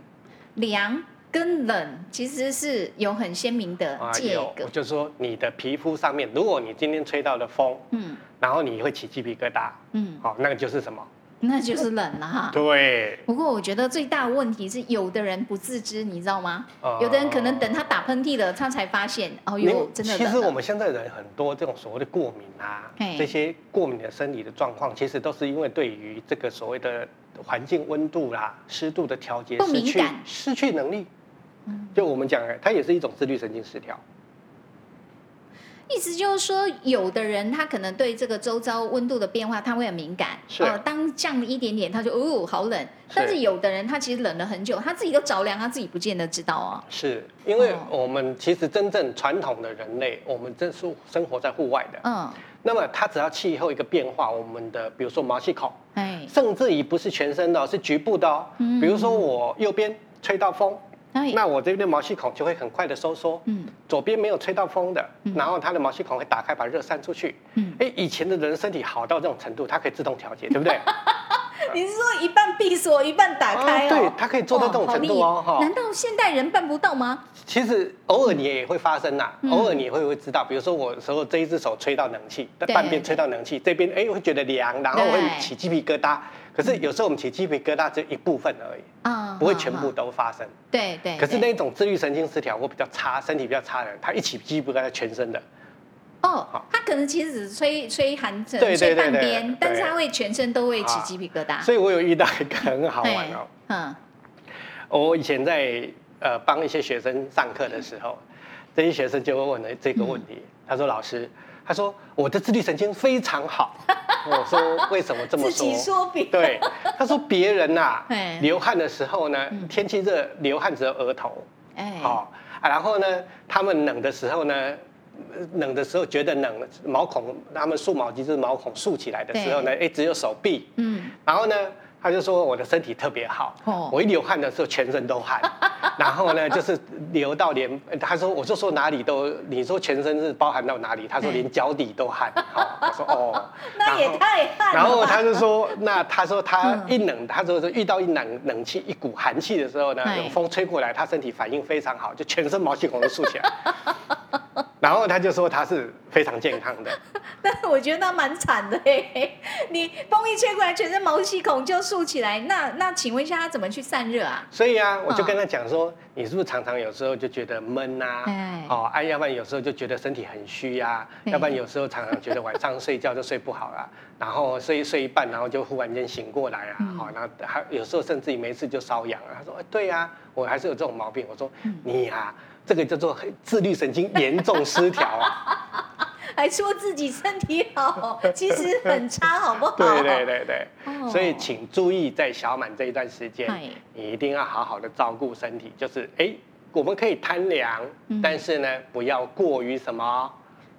Speaker 1: 凉跟冷其实是有很鲜明的
Speaker 2: 啊。
Speaker 1: 界
Speaker 2: 有
Speaker 1: 隔，，
Speaker 2: 就是说你的皮肤上面，如果你今天吹到的风，
Speaker 1: 嗯
Speaker 2: 然后你会起鸡皮疙瘩，
Speaker 1: 嗯，
Speaker 2: 好，那个就是什么？
Speaker 1: 那就是冷了哈。
Speaker 2: 对，
Speaker 1: 不过我觉得最大的问题是，有的人不自知，你知道吗？
Speaker 2: 哦
Speaker 1: 有的人可能等他打喷嚏了，他才发现，哦
Speaker 2: 因
Speaker 1: 哟
Speaker 2: 为，
Speaker 1: 真的
Speaker 2: 其
Speaker 1: 冷
Speaker 2: 实
Speaker 1: 了
Speaker 2: 我们现在人很多这种所谓的过敏啊
Speaker 1: 嘿，
Speaker 2: 这些过敏的生理的状况，其实都是因为对于这个所谓的环境温度啦、啊湿度的调节
Speaker 1: 不
Speaker 2: 失
Speaker 1: 敏
Speaker 2: 去
Speaker 1: 感
Speaker 2: 失去能力
Speaker 1: 嗯。
Speaker 2: 就我们讲的，它也是一种自律神经失调。
Speaker 1: 意思就是说，有的人他可能对这个周遭温度的变化他会很敏感，
Speaker 2: 是
Speaker 1: 呃，当降了一点点，他就哦好冷。
Speaker 2: 是
Speaker 1: 但是有的人他其实冷了很久，他自己都着凉，他自己不见得知道哦。
Speaker 2: 是因为
Speaker 1: 哦
Speaker 2: 我们其实真正传统的人类，我们真是生活在户外的。
Speaker 1: 嗯，
Speaker 2: 那么它只要气候一个变化，我们的比如说毛细孔，
Speaker 1: 哎，
Speaker 2: 甚至于不是全身的哦，是局部的哦。
Speaker 1: 嗯
Speaker 2: 比如说我右边吹到风，
Speaker 1: 哎，
Speaker 2: 那我这边的毛细孔就会很快的收缩。
Speaker 1: 嗯
Speaker 2: 左边没有吹到风的
Speaker 1: 嗯，
Speaker 2: 然后它的毛细孔会打开，把热散出去。
Speaker 1: 嗯，
Speaker 2: 哎，以前的人身体好到这种程度，它可以自动调节，对不对？
Speaker 1: 你是说一半闭锁一半打开哦？
Speaker 2: 对，它可以做到这种程度哦，
Speaker 1: 好厉
Speaker 2: 哈
Speaker 1: 难。道现代人办不到吗？
Speaker 2: 其实偶尔你也会发生呐
Speaker 1: 嗯，
Speaker 2: 偶尔你会会知道，比如说我有时候这一只手吹到冷气，但
Speaker 1: 对
Speaker 2: 半边吹到冷气，这边哎会觉得凉，然后
Speaker 1: 对
Speaker 2: 会起鸡皮疙瘩。可是有时候我们起鸡皮疙瘩只有一部分而已，
Speaker 1: 啊，
Speaker 2: 不会全部
Speaker 1: 啊。啊
Speaker 2: 都发生。
Speaker 1: 对对。
Speaker 2: 可
Speaker 1: 对
Speaker 2: 是那种自律神经失调或比较差、身体比较差的人，他一起鸡皮疙瘩全身的，
Speaker 1: 哦
Speaker 2: 好，
Speaker 1: 他可能其实只吹吹寒
Speaker 2: 对
Speaker 1: 吹
Speaker 2: 对
Speaker 1: 吹
Speaker 2: 对
Speaker 1: 半
Speaker 2: 对
Speaker 1: 边
Speaker 2: 对，
Speaker 1: 但是他会全身都会起
Speaker 2: 啊
Speaker 1: 鸡皮疙瘩。
Speaker 2: 所以我有遇到一个很好玩
Speaker 1: 嘿
Speaker 2: 哦。
Speaker 1: 嗯，
Speaker 2: 我以前在呃帮一些学生上课的时候，这些学生就问了这个问
Speaker 1: 嗯
Speaker 2: 题，他说：“老师，他说我的自律神经非 常好。”我说：“为什么这
Speaker 1: 自
Speaker 2: 么说
Speaker 1: 己？”说别
Speaker 2: 对，他说别人呐、
Speaker 1: 嘿嗯
Speaker 2: 流汗的时候呢，天气热流汗只有额头，
Speaker 1: 哎，
Speaker 2: 好、啊，然后呢，他们冷的时候呢，呃冷的时候觉得冷，毛孔他们竖毛巾就是毛孔竖起来的时候呢，哎，只有手臂，
Speaker 1: 嗯，
Speaker 2: 然后呢，他就说我的身体特别好，
Speaker 1: 哦
Speaker 2: 我一流汗的时候全身 都汗，然后呢就是流到连，他说我就说哪里都，你说全身是包含到哪里？他说
Speaker 1: 嗯，
Speaker 2: 连脚底都汗，好，我说哦
Speaker 1: 那也
Speaker 2: 然后
Speaker 1: 太汗了吧
Speaker 2: 然后他就说，那他说他
Speaker 1: 嗯
Speaker 2: 一冷，他说是遇到一冷冷气一股寒气的时候呢
Speaker 1: 哎，
Speaker 2: 有风吹过来，他身体反应非常好，就全身毛细孔都竖 起来。然后他就说他是非常健康的，
Speaker 1: 但我觉得他蛮惨的嘿嘿。 你风一吹过来，全身毛细孔就竖起来。那那，请问一下，他怎么去散热啊？
Speaker 2: 所以啊，我就跟他讲说，你是不是常常有时候就觉得闷啊
Speaker 1: 哎？
Speaker 2: 哦，哎，要不然有时候就觉得身体很虚呀、啊，
Speaker 1: 对
Speaker 2: 要不然有时候常常觉得晚上睡觉就睡不好啦、然后睡睡一半，然后就忽然间醒过来啊，好、然后还有时候甚至于没事就瘙痒啊。他说，哎对呀、我还是有这种毛病。我说，你呀、这个叫做自律神经严重失调啊！
Speaker 1: 还说自己身体 好，其实很差，好 不好？
Speaker 2: 对对对对，
Speaker 1: 哦
Speaker 2: 所以请注意，在小满这一段时间
Speaker 1: 嗨，
Speaker 2: 你一定要好好的照顾身体。就是哎，我们可以贪凉，
Speaker 1: 嗯
Speaker 2: 但是呢，不要过于什么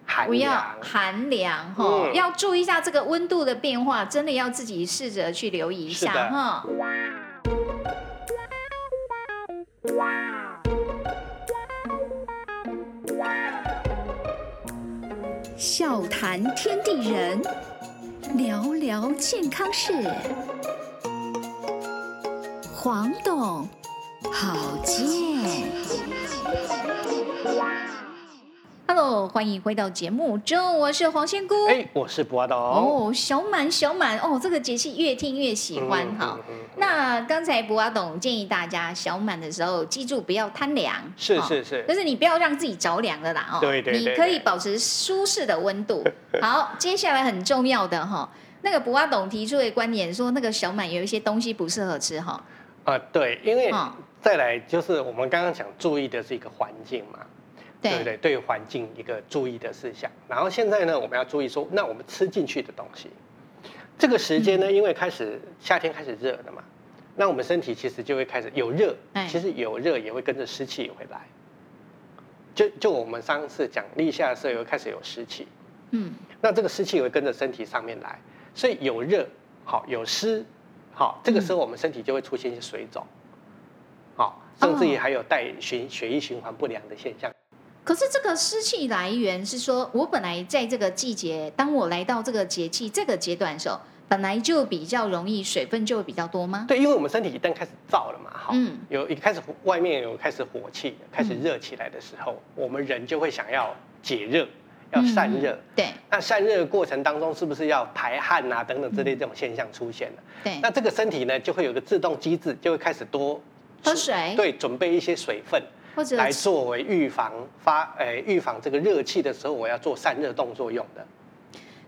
Speaker 2: 寒
Speaker 1: 不要
Speaker 2: 凉。
Speaker 1: 寒凉哈、
Speaker 2: 嗯
Speaker 1: 要注意一下这个温度的变化，真的要自己试着去留意一
Speaker 2: 是
Speaker 1: 下
Speaker 2: 的
Speaker 1: 哈。
Speaker 3: 笑谈天地人，聊聊健康事。黄董，好健。
Speaker 1: Hello，欢迎回到节目中，我是黄仙姑。
Speaker 2: 哎，我是博导。
Speaker 1: 哦，小满小满哦，这个节气越听越喜欢哈。
Speaker 2: 嗯嗯嗯
Speaker 1: 那刚才博阿董建议大家小满的时候，记住不要贪凉，
Speaker 2: 是
Speaker 1: 哦
Speaker 2: 是是
Speaker 1: 就是你不要让自己着凉了啦哦。
Speaker 2: 对对对
Speaker 1: 你可以
Speaker 2: 对
Speaker 1: 保持舒适的温 度。好，接下来很重要的哈、那个博阿董提出的观点说，那个小满有一些东西不适合吃哈、
Speaker 2: 啊，对，因为
Speaker 1: 嗯
Speaker 2: 再来就是我们刚刚讲注意的是一个环境嘛，对不对？对于环境一个注意的事项。然后现在呢，我们要注意说，那我们吃进去的东西，这个时间呢，
Speaker 1: 嗯
Speaker 2: 因为开始夏天开始热了嘛，那我们身体其实就会开始有热
Speaker 1: 哎，
Speaker 2: 其实有热也会跟着湿气也会来。就就我们上次讲立夏的时候，有开始有湿气，
Speaker 1: 嗯，
Speaker 2: 那这个湿气也会跟着身体上面来，所以有热，好有湿，好，这个
Speaker 1: 嗯
Speaker 2: 时候我们身体就会出现一些水肿，好，甚至于
Speaker 1: 哦
Speaker 2: 还有带循血液循环不良的现象。
Speaker 1: 可是这个湿气来源是说，我本来在这个季节，当我来到这个节气这个阶段的时候，本来就比较容易水分就会比较多吗？
Speaker 2: 对，因为我们身体一旦开始燥了嘛，好，
Speaker 1: 嗯
Speaker 2: 有一开始外面有开始火气，开始热起来的时候，我们人就会想要解热，要散热。
Speaker 1: 嗯对
Speaker 2: 那散热的过程当中，是不是要排汗啊等等之
Speaker 1: 嗯
Speaker 2: 类这种现象出现了？
Speaker 1: 对，
Speaker 2: 那这个身体呢，就会有个自动机制，就会开始多
Speaker 1: 喝水
Speaker 2: 对，准备一些水分
Speaker 1: 或者
Speaker 2: 来作为预防发，呃，预防这个热气的时候，我要做散热动作用的。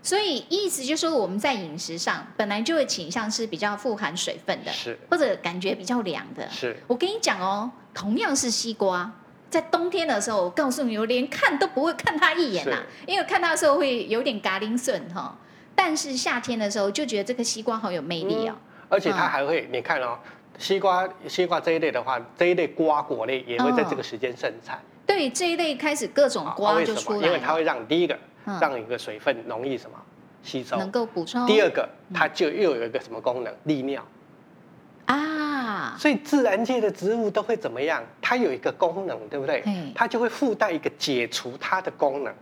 Speaker 1: 所以意思就是说，我们在饮食上本来就会倾向吃比较富含水分的，
Speaker 2: 是
Speaker 1: 或者感觉比较凉的。
Speaker 2: 是
Speaker 1: 我跟你讲哦，同样是西瓜，在冬天的时候，我告诉你，我连看都不会看它一眼呐、啊因为看它的时候会有点嘎铃顺哈。但是夏天的时候，就觉得这个西瓜好有魅力哦。
Speaker 2: 而且它
Speaker 1: 嗯
Speaker 2: 还会，你看哦，西瓜、西瓜这一类的话，这一类瓜果类也会在这个时间生产。
Speaker 1: 对这一类开始各种
Speaker 2: 啊
Speaker 1: 哦瓜
Speaker 2: 为
Speaker 1: 就
Speaker 2: 什
Speaker 1: 出
Speaker 2: 么？
Speaker 1: 来
Speaker 2: 因为它
Speaker 1: 了，
Speaker 2: 会让第一个
Speaker 1: 嗯
Speaker 2: 让你的水分容易什么吸收，
Speaker 1: 能够哦补充。
Speaker 2: 第二个它就又有一个什么功能利尿。
Speaker 1: 啊，
Speaker 2: 所以自然界的植物都会怎么样？它有一个功能，对不对
Speaker 1: 嘿？
Speaker 2: 它就会附带一个解除它的功能。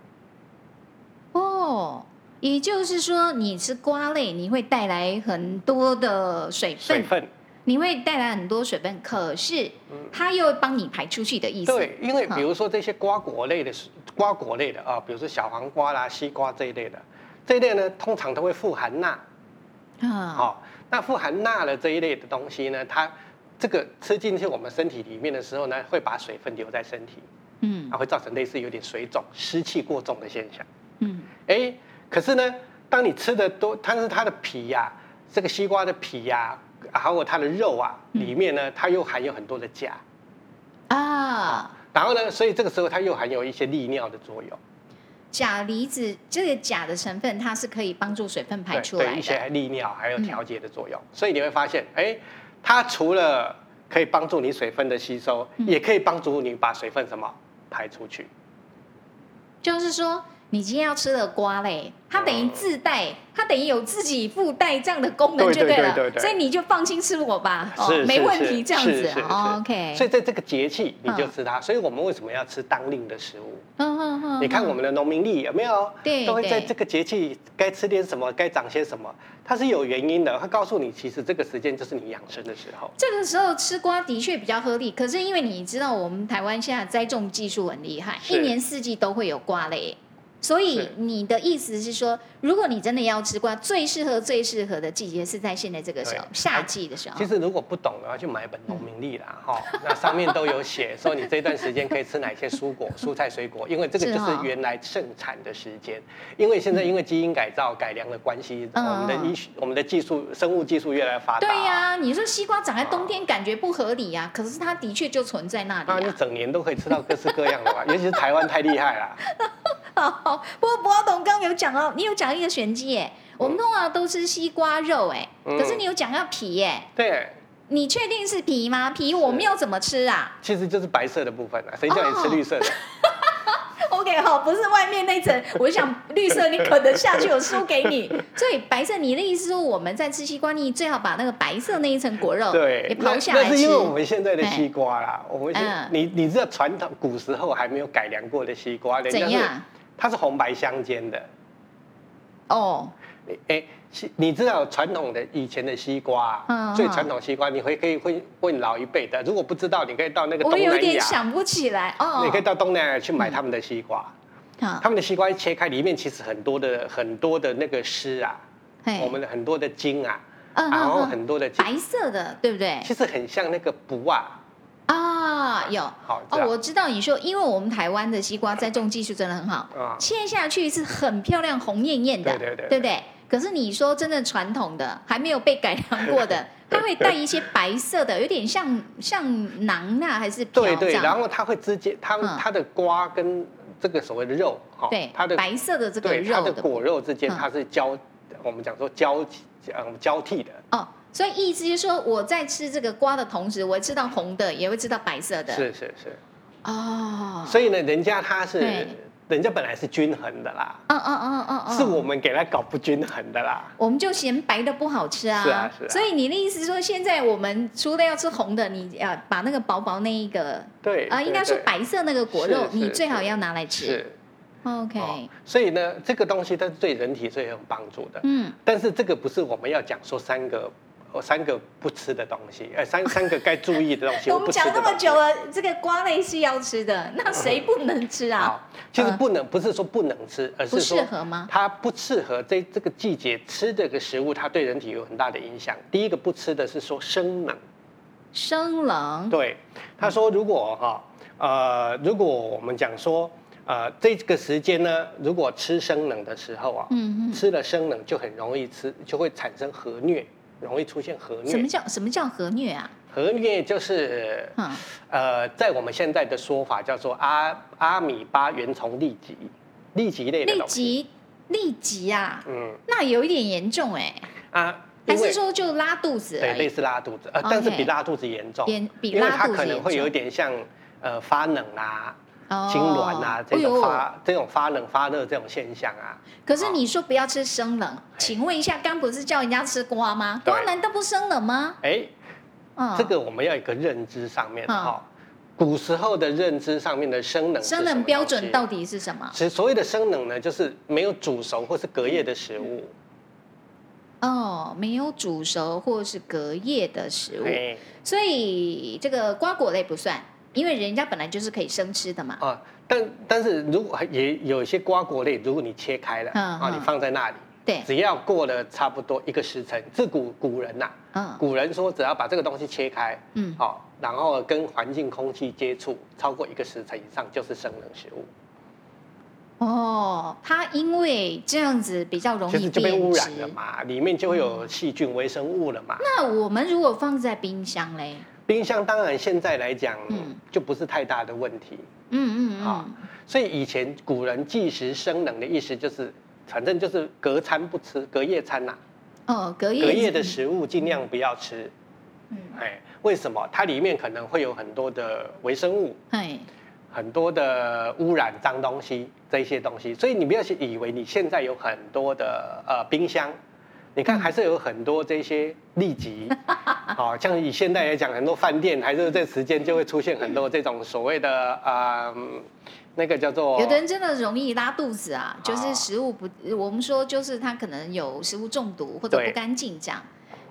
Speaker 1: 哦，也就是说，你吃瓜类，你会带来很多的水分，
Speaker 2: 水分
Speaker 1: 你会带来很多水分，可是
Speaker 2: 嗯
Speaker 1: 它又帮你排出去的意思。嗯
Speaker 2: 对，因为
Speaker 1: 好
Speaker 2: 比如说这些瓜果类的是瓜果类的啊，比如说小黄瓜啦、西瓜这一类的，这一类呢通常都会富含钠。
Speaker 1: 啊，
Speaker 2: 好、那富含钠的这一类的东西呢，它这个吃进去我们身体里面的时候呢，会把水分留在身体，啊
Speaker 1: 嗯
Speaker 2: 它会造成类似有点水肿、湿气过重的现象。
Speaker 1: 嗯，
Speaker 2: 哎，可是呢，当你吃的多，但是它的皮呀、这个西瓜的皮呀、还有它的肉啊，
Speaker 1: 嗯
Speaker 2: 里面呢，它又含有很多的钾，
Speaker 1: 啊，
Speaker 2: 然后呢，所以这个时候它又含有一些利尿的作用，
Speaker 1: 钾离子这个钾的成分，它是可以帮助水分排
Speaker 2: 对
Speaker 1: 出
Speaker 2: 对
Speaker 1: 来
Speaker 2: 一
Speaker 1: 的。
Speaker 2: 些利尿还有调节的作用。所以你会发现，哎，它除了可以帮助你水分的吸收，
Speaker 1: 嗯
Speaker 2: 也可以帮助你把水分什么排出去。
Speaker 1: 就是说，你今天要吃的瓜类，它等于自带，它等于有自己附带这样的功能
Speaker 2: 对
Speaker 1: 就
Speaker 2: 对
Speaker 1: 了，
Speaker 2: 对对对
Speaker 1: 所以你就放心吃我吧，
Speaker 2: 是
Speaker 1: 哦没
Speaker 2: 是
Speaker 1: 问
Speaker 2: 是
Speaker 1: 题，这样
Speaker 2: 是
Speaker 1: 子
Speaker 2: 是是
Speaker 1: 哦，OK。
Speaker 2: 所以在这个节气你就
Speaker 1: 嗯
Speaker 2: 吃它，所以我们为什么要吃当令的食物？
Speaker 1: 嗯嗯嗯
Speaker 2: 你看我们的农民历有没有？
Speaker 1: 对
Speaker 2: 都会在
Speaker 1: 对
Speaker 2: 这个节气该吃点什么，该长些什么，它是有原因的。它告诉你，其实这个时间就是你养生的时候。
Speaker 1: 这个时候吃瓜的确比较合理，可是因为你知道我们台湾现在栽种技术很厉害，
Speaker 2: 是
Speaker 1: 一年四季都会有瓜类，所以
Speaker 2: 是
Speaker 1: 你的意思是说，如果你真的要吃瓜，最适合最适合的季节是在现在这个时候，
Speaker 2: 对
Speaker 1: 夏季的时候
Speaker 2: 其。实如果不懂的话，去买一本农民历啦， 哈、那上面都有写说你这段时间可以吃哪些蔬果、蔬菜、水果，因为这个
Speaker 1: 是
Speaker 2: 就
Speaker 1: 哦
Speaker 2: 是原来盛产的时间。因为现在因为基因改造、改良的关系，呃
Speaker 1: 嗯
Speaker 2: 我们的医学、我们的技术、生物技术越来越发达。
Speaker 1: 对呀、你说西瓜长在冬天感觉不合理呀、可是它的确就存在那
Speaker 2: 那
Speaker 1: 里
Speaker 2: 你
Speaker 1: 啊。
Speaker 2: 整年都可以吃到各式各样的吧，尤其是台湾太厉害了。
Speaker 1: 好， 不过博董刚刚有讲哦，你有讲一个玄机耶，我们通常都吃西瓜肉哎，
Speaker 2: 嗯
Speaker 1: 可是你有讲到皮耶，
Speaker 2: 对，
Speaker 1: 你确定是皮吗？皮我们要怎么吃啊？
Speaker 2: 其实就是白色的部分啊，谁叫你吃绿色的？
Speaker 1: OK，好，不是外面那 层，我想绿色你可能下去我输给你，所以白色你的意思说我们在吃西瓜，你最好把那个白色那一层果肉
Speaker 2: 对，
Speaker 1: 给
Speaker 2: 那
Speaker 1: 刨哦下来
Speaker 2: 那是
Speaker 1: 吃
Speaker 2: 因为我们现在的西瓜啦，我们现、
Speaker 1: 嗯
Speaker 2: 你你知道传统古时候还没有改良过的西瓜，人家
Speaker 1: 怎
Speaker 2: 是
Speaker 1: 样？
Speaker 2: 它是红白相间的。
Speaker 1: 哦，
Speaker 2: 你哎、西你知道传统的以前的西瓜、啊，
Speaker 1: 嗯
Speaker 2: 最
Speaker 1: 嗯
Speaker 2: 传统西瓜，你会可以问问老一辈的，如果不知道，你可以到那个东
Speaker 1: 我有
Speaker 2: 南
Speaker 1: 点
Speaker 2: 亚，
Speaker 1: 想不起来哦
Speaker 2: 你可。以到东南亚去买他们的西瓜。
Speaker 1: 好
Speaker 2: 他，们的西瓜一切开，里面其实很多的很多的那个丝啊，
Speaker 1: 嘿
Speaker 2: 我们的很多的茎啊，
Speaker 1: 哎嗯
Speaker 2: 然后
Speaker 1: 嗯嗯
Speaker 2: 很多的茎，
Speaker 1: 白色的，对不对？
Speaker 2: 其实很像那个不啊，
Speaker 1: 啊，有
Speaker 2: 好这
Speaker 1: 哦，
Speaker 2: 样
Speaker 1: 我知道你说，因为我们台湾的西瓜栽种技术真的很好，
Speaker 2: 啊，
Speaker 1: 切下去是很漂亮、红艳艳的，
Speaker 2: 对对对对
Speaker 1: 不对？可是你说真的传统的，还没有被改良过 的，它会带一些白色的，有点像像囊啊，还是瓢
Speaker 2: 对对，
Speaker 1: 这样
Speaker 2: 然后它会直接它
Speaker 1: 嗯
Speaker 2: 它的瓜跟这个所谓的肉，哈
Speaker 1: 对
Speaker 2: 它的
Speaker 1: 白色的这个
Speaker 2: 对它
Speaker 1: 肉
Speaker 2: 的
Speaker 1: 部
Speaker 2: 果肉之间
Speaker 1: 嗯
Speaker 2: 它是交，我们讲说交嗯交替的，
Speaker 1: 哦，所以意思就是说，我在吃这个瓜的同时，我会吃到红的，也会吃到白色的，
Speaker 2: 是是是，
Speaker 1: 哦，
Speaker 2: 所以呢，人家他是
Speaker 1: 对
Speaker 2: 人家本来是均衡的啦，
Speaker 1: 嗯嗯嗯嗯嗯，
Speaker 2: 是我们给他搞不均衡的啦。
Speaker 1: 我们就嫌白的不好吃啊。
Speaker 2: 是啊是啊
Speaker 1: 所以你的意思是说，现在我们除了要吃红的，你呃把那个薄薄那一个
Speaker 2: 对
Speaker 1: 啊、
Speaker 2: 对
Speaker 1: 应该说
Speaker 2: 对
Speaker 1: 白色那个果肉，
Speaker 2: 是是
Speaker 1: 你最好要拿来吃。
Speaker 2: 是
Speaker 1: OK，、
Speaker 2: 哦，所以呢，这个东西它是对人体是很有帮助的。
Speaker 1: 嗯，
Speaker 2: 但是这个不是我们要讲说三个哦三个不吃的东西，呃，三三个该注意的东西，
Speaker 1: 我
Speaker 2: 我
Speaker 1: 们
Speaker 2: 不吃
Speaker 1: 讲
Speaker 2: 的
Speaker 1: 了那么
Speaker 2: 东西
Speaker 1: 久。了，这个瓜类是要吃的，那谁不能吃啊？
Speaker 2: 好，其实不能不是说不能吃，而
Speaker 1: 不
Speaker 2: 是
Speaker 1: 适
Speaker 2: 说
Speaker 1: 合吗？
Speaker 2: 它不适合在这个季节吃这个食物，它对人体有很大的影响。第一个不吃的是说生冷，
Speaker 1: 生冷，
Speaker 2: 对，他说如果哈呃，如果我们讲说呃这个时间呢，如果吃生冷的时候啊，
Speaker 1: 嗯嗯，
Speaker 2: 吃了生冷就很容易吃，就会产生核疟，容易出现核
Speaker 1: 什么
Speaker 2: 疟。
Speaker 1: 叫什么叫和虐啊？
Speaker 2: 核疟就是
Speaker 1: 嗯，
Speaker 2: 呃，在我们现在的说法叫做阿阿米巴原虫痢疾，痢疾类的
Speaker 1: 痢
Speaker 2: 东西。
Speaker 1: 疾，痢疾啊，
Speaker 2: 嗯
Speaker 1: 那有一点严重哎、
Speaker 2: 啊，
Speaker 1: 还
Speaker 2: 因为
Speaker 1: 是说就拉肚子
Speaker 2: 对
Speaker 1: 而
Speaker 2: 类
Speaker 1: 已？
Speaker 2: 似拉肚子，呃，但是
Speaker 1: OK
Speaker 2: 比拉肚子严重，
Speaker 1: 严比
Speaker 2: 因为
Speaker 1: 拉
Speaker 2: 它
Speaker 1: 肚
Speaker 2: 可
Speaker 1: 子
Speaker 2: 能
Speaker 1: 严
Speaker 2: 会
Speaker 1: 重
Speaker 2: 有一。点像呃发冷啊。
Speaker 1: 哦
Speaker 2: 痉挛啊，这
Speaker 1: 哎
Speaker 2: 种
Speaker 1: 呦
Speaker 2: 发、这种发冷发热这种现象啊，哎
Speaker 1: 可是你说不要吃生冷，请问一下，刚不是叫人家吃瓜吗？
Speaker 2: 对
Speaker 1: 瓜难道不生冷吗？
Speaker 2: 哎，
Speaker 1: 嗯，
Speaker 2: 这个我们要有一个认知上面
Speaker 1: 嗯
Speaker 2: 哈、古时候的认知上面的生冷是
Speaker 1: 生
Speaker 2: 什
Speaker 1: 冷
Speaker 2: 么
Speaker 1: 标
Speaker 2: 东
Speaker 1: 准
Speaker 2: 西
Speaker 1: 到底是什么？
Speaker 2: 其实所谓的生冷呢，就是没有煮熟或是隔夜的食物，
Speaker 1: 哦，没有煮熟或是隔夜的食物，
Speaker 2: 哎
Speaker 1: 所以这个瓜果类不算，因为人家本来就是可以生吃的嘛。
Speaker 2: 啊，但但是如果也有一些瓜果类，如果你切开了、
Speaker 1: 嗯
Speaker 2: 啊，
Speaker 1: 嗯
Speaker 2: 你放在那里，
Speaker 1: 对，
Speaker 2: 只要过了差不多一个时辰，自古古人呐、
Speaker 1: 嗯
Speaker 2: 古人说只要把这个东西切开，
Speaker 1: 嗯，
Speaker 2: 好、然后跟环境空气接触超过一个时辰以上，就是生冷食物。
Speaker 1: 哦，它因为这样子比较容
Speaker 2: 其实
Speaker 1: 易
Speaker 2: 就被污
Speaker 1: 变
Speaker 2: 染
Speaker 1: 质嗯
Speaker 2: 了。嘛，里面就会有细菌、微生物了嘛。
Speaker 1: 那我们如果放在冰箱嘞，
Speaker 2: 冰箱当然现在来讲
Speaker 1: 嗯，
Speaker 2: 就不是太大的问题。
Speaker 1: 嗯嗯
Speaker 2: 啊
Speaker 1: 嗯，
Speaker 2: 所以以前古人忌食生冷的意思就是，反正就是隔餐不吃，隔夜餐呐、
Speaker 1: 哦，隔夜
Speaker 2: 隔夜的食物尽量不要吃。
Speaker 1: 嗯，
Speaker 2: 哎，为什么？它里面可能会有很多的微生物。
Speaker 1: 哎，
Speaker 2: 很多的污染、脏东西这些东西，所以你不要去以为你现在有很多的呃冰箱，你
Speaker 1: 嗯
Speaker 2: 看还是有很多这些 痢疾，好、像以现在来讲，很多饭店还是这时间就会出现很多这种所谓的呃嗯那个叫做
Speaker 1: 有的人真的容易拉肚子啊，就是
Speaker 2: 哦啊
Speaker 1: 食物不，我们说就是他可能有食物中毒或者
Speaker 2: 对
Speaker 1: 不干净这样。
Speaker 2: 对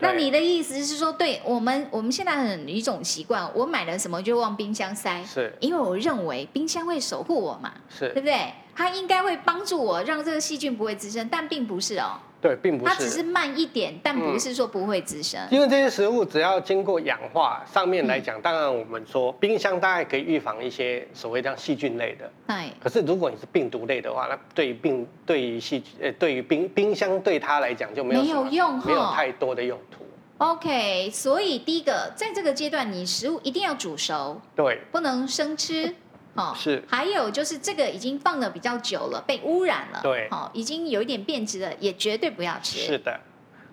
Speaker 1: 那你的意思是说，对我们我们现在很有一种习惯，我买了什么就往冰箱塞，
Speaker 2: 是
Speaker 1: 因为我认为冰箱会守护我嘛，对不
Speaker 2: 是，
Speaker 1: 对？它应该会帮助我，让这个细菌不会滋生，但并不是哦，
Speaker 2: 对，并不
Speaker 1: 它只是
Speaker 2: 是，
Speaker 1: 慢一点，但不是说不会滋生。
Speaker 2: 因为这些食物只要经过氧化，上面来讲，当然我们说冰箱大概可以预防一些所谓像细菌类的，
Speaker 1: 哎，
Speaker 2: 可是如果你是病毒类的话，那对于病对于细菌呃对于冰冰箱对它来讲就没有
Speaker 1: 没有
Speaker 2: 什么
Speaker 1: 用哈
Speaker 2: 没有太多的用途。
Speaker 1: OK，所以第一个，在这个阶段，你食物一定要煮熟，
Speaker 2: 对，
Speaker 1: 不能生吃。哦，
Speaker 2: 是
Speaker 1: 还有就是这个已经放的比较久了，被污染了，
Speaker 2: 对
Speaker 1: 哦，已经有一点变质了，也绝对不要吃。
Speaker 2: 是的。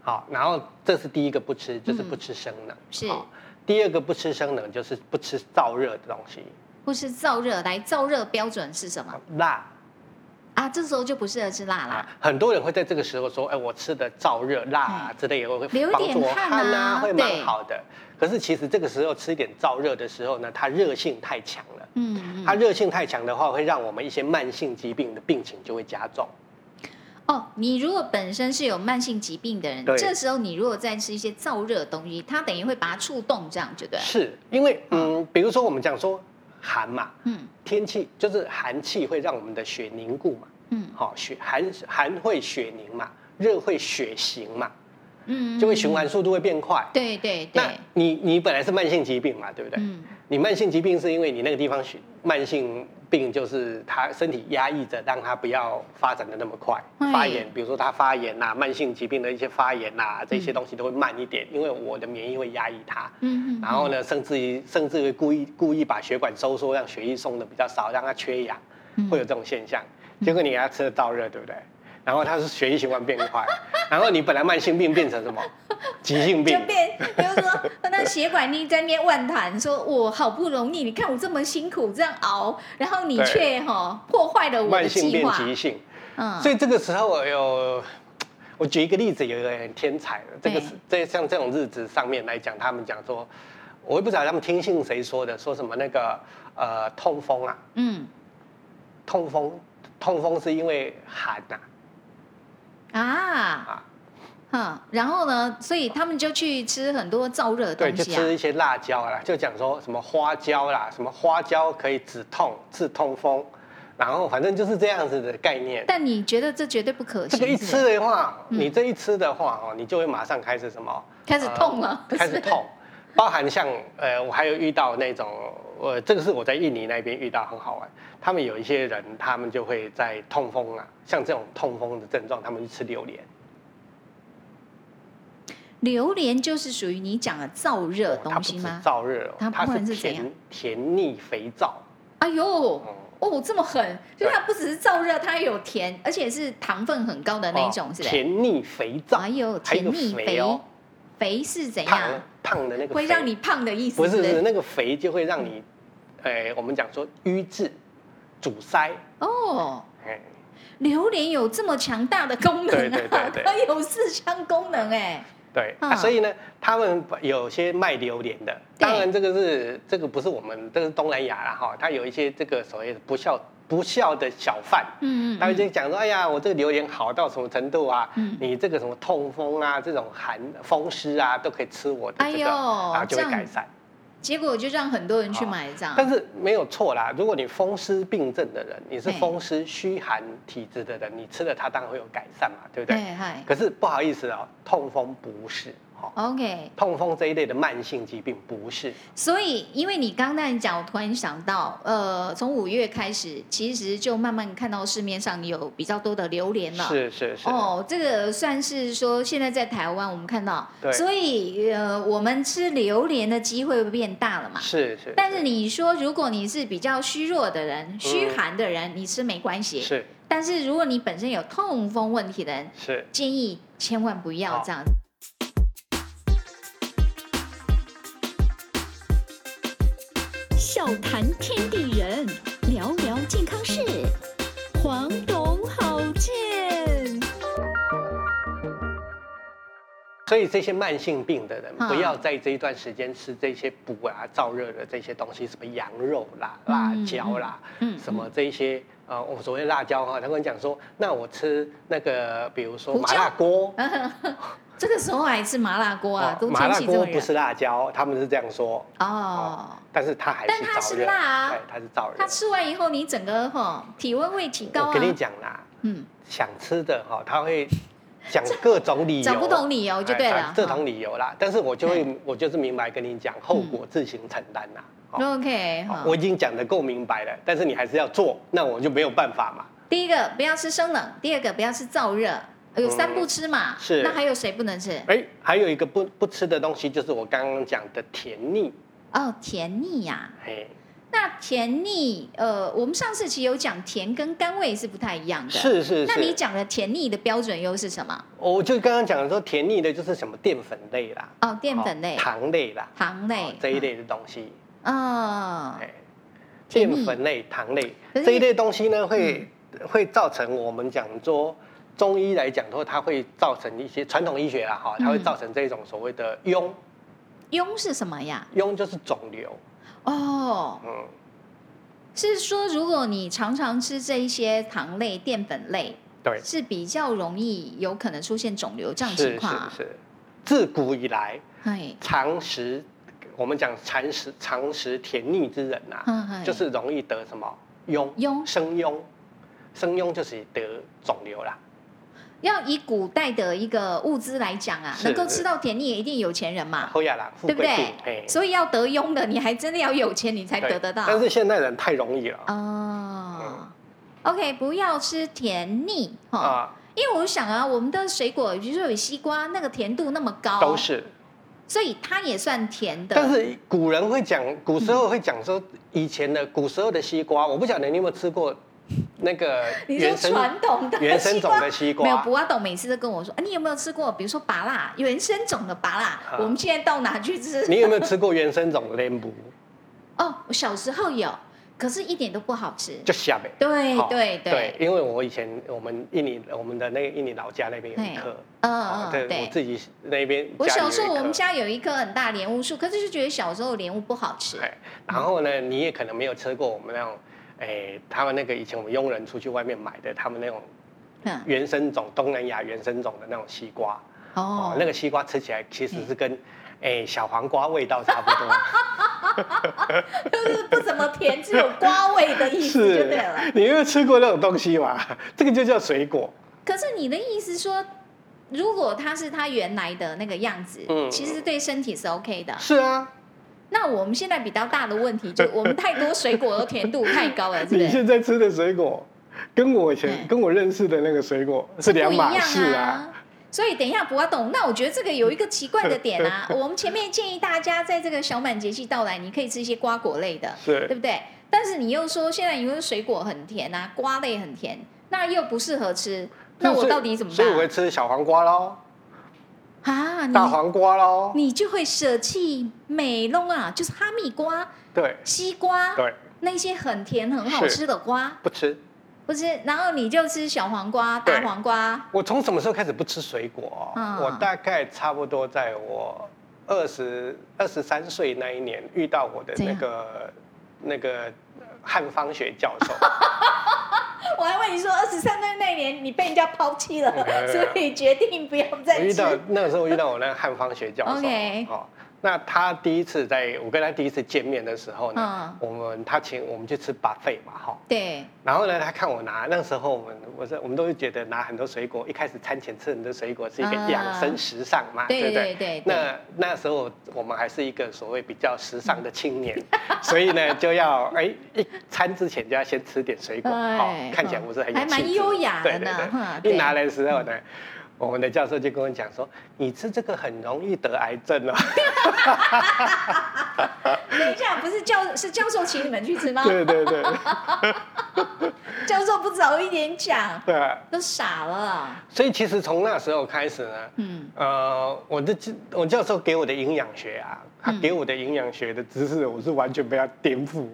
Speaker 2: 好，然后这是第一个不吃，就是不吃生冷。
Speaker 1: 是
Speaker 2: 好第二个不吃生冷就是不吃燥热的东西，
Speaker 1: 或是燥热，来燥热标准是什么
Speaker 2: 辣
Speaker 1: 啊？这时候就不适合吃辣啦
Speaker 2: 啊。，很多人会在这个时候说，哎，我吃的燥热辣啊之类的，会
Speaker 1: 嗯流一
Speaker 2: 帮
Speaker 1: 点
Speaker 2: 助我
Speaker 1: 汗
Speaker 2: 汗
Speaker 1: 啊
Speaker 2: 啊，会
Speaker 1: 对
Speaker 2: 蛮好的。可是其实这个时候吃一点燥热的时候呢，它热性太强了。
Speaker 1: 嗯
Speaker 2: 它
Speaker 1: 嗯。
Speaker 2: 热性太强的话，会让我们一些慢性疾病的病情就会加重。
Speaker 1: 哦，你如果本身是有慢性疾病的人，
Speaker 2: 对
Speaker 1: 这时候你如果再吃一些燥热的东西，它等于会把它触动，这样就对了。
Speaker 2: 嗯是因为嗯，比如说我们讲说，寒嘛，
Speaker 1: 嗯
Speaker 2: 天气就是寒气会让我们的血凝固嘛，
Speaker 1: 嗯
Speaker 2: 好、血寒寒会血凝嘛，热会血行嘛，
Speaker 1: 嗯，
Speaker 2: 就会循环速度会变快。
Speaker 1: 对对
Speaker 2: 那
Speaker 1: 对，
Speaker 2: 你你本来是慢性疾病嘛，对不对？
Speaker 1: 嗯
Speaker 2: 你慢性疾病是因为你那个地方血慢性病就是它身体压抑着，让它不要发展的那么快
Speaker 1: 哎，
Speaker 2: 发炎，比如说它发炎呐、慢性疾病的一些发炎呐、这些东西都会慢一点，因为我的免疫会压抑它。
Speaker 1: 嗯嗯，
Speaker 2: 然后呢，甚至于甚至于故意故意把血管收缩，让血液送的比较少，让它缺氧，
Speaker 1: 嗯
Speaker 2: 会有这种现象。结果你给它吃了燥热，对不对？然后它是血液循环变快，然后你本来慢性病变 成什么？急性病
Speaker 1: 就。变，比如说那血管你在那边万谈，说我好不容易，你看我这么辛苦这样熬，然后你
Speaker 2: 对
Speaker 1: 却哈破坏了我
Speaker 2: 慢
Speaker 1: 的
Speaker 2: 性
Speaker 1: 计
Speaker 2: 变
Speaker 1: 划，
Speaker 2: 急性，
Speaker 1: 嗯，
Speaker 2: 所以这个时候我有，我举一个例子，有一个人很天才的，这个
Speaker 1: 对
Speaker 2: 是这像这种日子上面来讲，他们讲说，我也不知道他们听信谁说的，说什么那个呃痛风啊，
Speaker 1: 嗯
Speaker 2: 痛风痛风是因为寒呐
Speaker 1: 啊，
Speaker 2: 啊，
Speaker 1: 嗯，然后呢，所以他们就去吃很多燥热的
Speaker 2: 对，
Speaker 1: 东
Speaker 2: 就
Speaker 1: 西啊
Speaker 2: 吃，一些辣椒啦，就讲说什么花椒啦，什么花椒可以止痛治痛风，然后反正就是这样子的概念。
Speaker 1: 但你觉得这绝对不可
Speaker 2: 这
Speaker 1: 行，
Speaker 2: 个一
Speaker 1: 是不
Speaker 2: 吃
Speaker 1: 是
Speaker 2: 的话，
Speaker 1: 嗯
Speaker 2: 你这一吃的话哦，你就会马上开始什么？
Speaker 1: 开始痛了，
Speaker 2: 呃开 始痛，包含像呃，我还有遇到那种，呃，这个是我在印尼那边遇到很好玩，他们有一些人，他们就会在痛风啊，像这种痛风的症状，他们去吃榴莲，
Speaker 1: 榴莲就是属于你讲的燥热
Speaker 2: 它
Speaker 1: 东
Speaker 2: 不
Speaker 1: 西
Speaker 2: 是
Speaker 1: 吗？
Speaker 2: 燥热哦，
Speaker 1: 它不
Speaker 2: 它
Speaker 1: 然
Speaker 2: 是
Speaker 1: 是怎样
Speaker 2: 甜甜腻肥皂，
Speaker 1: 哎呦
Speaker 2: 嗯，，
Speaker 1: 哦，这么狠，就
Speaker 2: 对
Speaker 1: 是它不只是燥热，它也有甜，而且是糖分很高的那一
Speaker 2: 哦
Speaker 1: 种，是不是？
Speaker 2: 甜腻肥皂
Speaker 1: 哎，呦，
Speaker 2: 还
Speaker 1: 甜
Speaker 2: 有
Speaker 1: 腻
Speaker 2: 肥
Speaker 1: 肥
Speaker 2: 哦，
Speaker 1: 肥是怎
Speaker 2: 胖
Speaker 1: 样？
Speaker 2: 胖的那个
Speaker 1: 会
Speaker 2: 肥
Speaker 1: 让你胖的意思？
Speaker 2: 不是不
Speaker 1: 不
Speaker 2: 是那个肥就会让你，
Speaker 1: 嗯
Speaker 2: 呃，我们讲说瘀滞、阻塞，
Speaker 1: 哦，
Speaker 2: 哎，
Speaker 1: 榴莲有这么强大的功能啊！
Speaker 2: 对对对对
Speaker 1: 它有四项功能哎、
Speaker 2: 对、
Speaker 1: 嗯
Speaker 2: 啊，所以呢，他们有些卖榴莲的，
Speaker 1: 对
Speaker 2: 当然这个是这个不是我们，这个是东南亚啦哈，他有一些这个所谓的不孝不孝的小贩，
Speaker 1: 嗯
Speaker 2: 他们就讲说，哎呀，我这个榴莲好到什么程度啊？
Speaker 1: 嗯
Speaker 2: 你这个什么痛风啊，这种寒风湿啊，都可以吃我的这
Speaker 1: 哎
Speaker 2: 个，
Speaker 1: 呦
Speaker 2: 啊就会
Speaker 1: 这样
Speaker 2: 改善。
Speaker 1: 结果就让很多人去买这样。
Speaker 2: 啊哦但是没有错啦，如果你风湿病症的人，你是
Speaker 1: 哎
Speaker 2: 风湿虚寒体质的人，你吃了它当然会有改善嘛，对不对？
Speaker 1: 对，哎嗨
Speaker 2: 可是不好意思哦，痛风不是哦。
Speaker 1: ，OK。
Speaker 2: 痛风这一类的慢性疾病不是，
Speaker 1: 所以，因为你刚那样讲，我突然想到，呃，从五月开始，其实就慢慢看到市面上有比较多的榴莲了。
Speaker 2: 是是是，
Speaker 1: 哦，这个算是说现在在台湾我们看到，
Speaker 2: 对
Speaker 1: 所以呃，我们吃榴莲的机会会变大了嘛。
Speaker 2: 是是，
Speaker 1: 但是你说，如果你是比较虚弱的人、虚寒的人，你吃没关系。
Speaker 2: 嗯是
Speaker 1: 但是如果你本身有痛风问题的人，
Speaker 2: 是
Speaker 1: 建议千万不要
Speaker 2: 好
Speaker 1: 这样。
Speaker 3: 笑谈天地人，聊聊健康事。黄董好健。
Speaker 2: 所以这些慢性病的人，
Speaker 1: 嗯
Speaker 2: 不要在这一段时间吃这些补啊、燥热的这些东西，什么羊肉啦、
Speaker 1: 嗯
Speaker 2: 辣椒啦，
Speaker 1: 嗯，
Speaker 2: 什么这一些呃，我所谓辣椒哈，他跟我讲说，那我吃那个，比如说
Speaker 1: 胡椒
Speaker 2: 麻辣锅，
Speaker 1: 这个时候还吃麻辣锅啊
Speaker 2: 哦，
Speaker 1: 都
Speaker 2: 麻
Speaker 1: 天
Speaker 2: 辣
Speaker 1: 气这么
Speaker 2: 锅
Speaker 1: 热
Speaker 2: 不是辣椒，他们是这样说，
Speaker 1: 哦。
Speaker 2: 但是它还
Speaker 1: 但
Speaker 2: 是
Speaker 1: 它
Speaker 2: 燥
Speaker 1: 是
Speaker 2: 热，
Speaker 1: 辣啊
Speaker 2: 对，它是燥
Speaker 1: 它
Speaker 2: 热。
Speaker 1: 吃完以后，你整个哈体温会提高
Speaker 2: 我
Speaker 1: 啊。
Speaker 2: 跟你讲啦，
Speaker 1: 嗯，
Speaker 2: 想吃的哈，他会讲各种理由，
Speaker 1: 找不懂理由就对
Speaker 2: 哎
Speaker 1: 了
Speaker 2: 找。各种理由啦。但是我就会，我就是明白跟你讲，后果自行承担啦。哦
Speaker 1: OK
Speaker 2: 哦
Speaker 1: 哈
Speaker 2: 我，已经讲得够明白了，但是你还是要做，那我就没有办法嘛。
Speaker 1: 第一个不要吃生冷，第二个不要吃燥热，呃有三不吃嘛。
Speaker 2: 嗯是
Speaker 1: 那还有谁不能吃？
Speaker 2: 哎，还有一个不不吃的东西，就是我刚刚讲的甜腻。
Speaker 1: 哦，甜腻呀、
Speaker 2: 嘿，
Speaker 1: 那甜腻，呃，我们上次其实有讲甜跟甘味是不太一样的。。
Speaker 2: 是是
Speaker 1: 那你
Speaker 2: 是，
Speaker 1: 讲的甜腻的标准又是什么？
Speaker 2: 我就刚刚讲的说，甜腻的就是什么淀粉类啦，
Speaker 1: 哦，淀粉类、
Speaker 2: 哦糖类啦，
Speaker 1: 糖
Speaker 2: 哦
Speaker 1: 类
Speaker 2: 这一。类的东西。
Speaker 1: 嗯，
Speaker 2: 哎
Speaker 1: 甜
Speaker 2: 淀
Speaker 1: 腻
Speaker 2: 粉类、糖类
Speaker 1: 可是嗯
Speaker 2: 这一类东西呢，会、会造成我们讲说中医来讲说，它会造成一些传统医学啦哈，它会
Speaker 1: 嗯
Speaker 2: 造成这种所谓的痈，
Speaker 1: 痈是什么呀？
Speaker 2: 痈就是肿瘤，
Speaker 1: 哦，
Speaker 2: 嗯，
Speaker 1: 是说如果你常常吃这一些糖类、淀粉类，
Speaker 2: 对，
Speaker 1: 是比较容易有可能出现肿瘤这样的情
Speaker 2: 是
Speaker 1: 况啊
Speaker 2: 是。是，自古以来
Speaker 1: 哎，
Speaker 2: 常识。我们讲蚕食常食甜腻之人啊，
Speaker 1: 嗯嗯
Speaker 2: 就是容易得什么痈、
Speaker 1: 痈
Speaker 2: 生痈，生痈就是得肿瘤啦。
Speaker 1: 要以古代的一个物资来讲啊，
Speaker 2: 是
Speaker 1: 能够吃到甜腻，一定有钱人嘛，
Speaker 2: 后亚啦，富
Speaker 1: 啊对
Speaker 2: 贵
Speaker 1: 不
Speaker 2: 病，
Speaker 1: 对
Speaker 2: 嘿？
Speaker 1: 所以要得庸的，你还真的要有钱，你才
Speaker 2: 对
Speaker 1: 得得到。
Speaker 2: 但是现代人太容易了
Speaker 1: 哦，OK，不要吃甜腻哈，
Speaker 2: 啊，
Speaker 1: 因为我想啊，我们的水果，比如说有西瓜，那个甜度那么高，
Speaker 2: 都，是。
Speaker 1: 所以它也算甜的。
Speaker 2: 但是古人会讲，古时
Speaker 1: 嗯
Speaker 2: 候会讲说，以前的古时候的西瓜，我不晓得你有没有吃过那个
Speaker 1: 你说
Speaker 2: 原生
Speaker 1: 传统的
Speaker 2: 原生种的西瓜
Speaker 1: 没有，不要懂。每次都跟我说，啊，你有没有吃过？比如说拔辣，原生种的拔辣，
Speaker 2: 啊
Speaker 1: 我们现在到哪去吃？
Speaker 2: 你有没有吃过原生种的莲雾？
Speaker 1: 哦，我小时候有，可是一点都不好吃。
Speaker 2: 就 下呗。
Speaker 1: 对
Speaker 2: 好
Speaker 1: 对
Speaker 2: 对，，因为我以前我们印尼我们的那个印尼老家那边有一棵，
Speaker 1: 嗯
Speaker 2: 哦
Speaker 1: 嗯
Speaker 2: 对，我
Speaker 1: 对。
Speaker 2: 自己那边
Speaker 1: 我
Speaker 2: 家里
Speaker 1: 小
Speaker 2: 有
Speaker 1: 时候
Speaker 2: 一棵
Speaker 1: 我们家有一棵很大莲雾树，可是就觉得小时候莲雾不好吃。
Speaker 2: 哎，然后呢，你也可能没有吃过我们那种，哎，他们那个以前我们佣人出去外面买的，他们那种
Speaker 1: 嗯，
Speaker 2: 原生种东南亚原生种的那种西瓜，哦
Speaker 1: 哦，，
Speaker 2: 那个西瓜吃起来其实是跟哎小黄瓜味道差不多，
Speaker 1: 就是不怎么甜，只有 瓜味的 意思就对了。
Speaker 2: 你有没有吃过那种东西嘛？这个就叫水果，
Speaker 1: 可是你的意思说，如果它是它原来的那个样子，
Speaker 2: 嗯
Speaker 1: 其实对身体是 OK 的。
Speaker 2: 是啊，
Speaker 1: 那我们现在比较大的问 题，就是我们太多水果的甜度太高了，是不
Speaker 2: 你
Speaker 1: 是？
Speaker 2: 现在吃的水果。跟我
Speaker 1: 嗯
Speaker 2: 以前跟我认识的那个水果是两
Speaker 1: 不一
Speaker 2: 码
Speaker 1: 样
Speaker 2: 事啊，
Speaker 1: 啊。所以等一下不要懂，那我觉得这个有一个奇怪的点 啊，我们前面建议大家在这个小满节气到来，你可以吃一些瓜果类 的，
Speaker 2: 是
Speaker 1: 对不对？但是你又说现在因为水果很甜啊，瓜类很甜，那又不适合吃，那我
Speaker 2: 所以
Speaker 1: 到底怎么
Speaker 2: 所以我会
Speaker 1: 办
Speaker 2: 吃小黄瓜喽，
Speaker 1: 啊？你
Speaker 2: 大黄瓜喽，
Speaker 1: 你就会舍弃美弄啊，就是哈密瓜、
Speaker 2: 对
Speaker 1: 西瓜
Speaker 2: 对，
Speaker 1: 那些很甜很好
Speaker 2: 是
Speaker 1: 吃的瓜，
Speaker 2: 不吃。
Speaker 1: 不是？然后你就吃小黄瓜、
Speaker 2: 对
Speaker 1: 大黄瓜，
Speaker 2: 我从什么时候开始不吃水果哦？
Speaker 1: 嗯
Speaker 2: 我大概差不多在我二十二十三岁那一年遇到我的
Speaker 1: 怎
Speaker 2: 那
Speaker 1: 样
Speaker 2: 个那个汉方学教授，
Speaker 1: 我还问你说，二十三岁那年你被人家抛弃了，
Speaker 2: 嗯
Speaker 1: 所以决定不要
Speaker 2: 我
Speaker 1: 再
Speaker 2: 遇
Speaker 1: 吃。
Speaker 2: 到那个时候遇到我那个汉方学教授
Speaker 1: OK
Speaker 2: 哦。那他第一次在我跟他第一次见面的时候呢，
Speaker 1: 嗯
Speaker 2: 我们他请我们去吃 buffet 嘛，哈、
Speaker 1: 对，
Speaker 2: 然后呢，他看我拿，那时候我们我是我们都是觉得拿很多水果，一开始餐前吃很多水果是一个
Speaker 1: 啊
Speaker 2: 养生时尚嘛，
Speaker 1: 对
Speaker 2: 不
Speaker 1: 对对对
Speaker 2: 那那时候我们还是一个所谓比较时尚的青年， 所以呢就要哎一餐之前就要先吃点水果，
Speaker 1: 哎
Speaker 2: 好看起来我是很有
Speaker 1: 还蛮
Speaker 2: 气质
Speaker 1: 优雅的
Speaker 2: 对对
Speaker 1: 呢哈对
Speaker 2: 对，一拿来的时候呢。我们的教授就跟我讲说：“你吃这个很容易得癌症哦。
Speaker 1: 等一下不是教是教授请你们去吃” 吗？
Speaker 2: 对对 对，
Speaker 1: 教授不早一点讲，
Speaker 2: 对啊。
Speaker 1: 都傻了。
Speaker 2: 所以其实从那时候开始呢，
Speaker 1: 嗯，
Speaker 2: 呃，我的教我教授给我的营养学啊，他给我的营养学的知识，我是完全被他颠覆。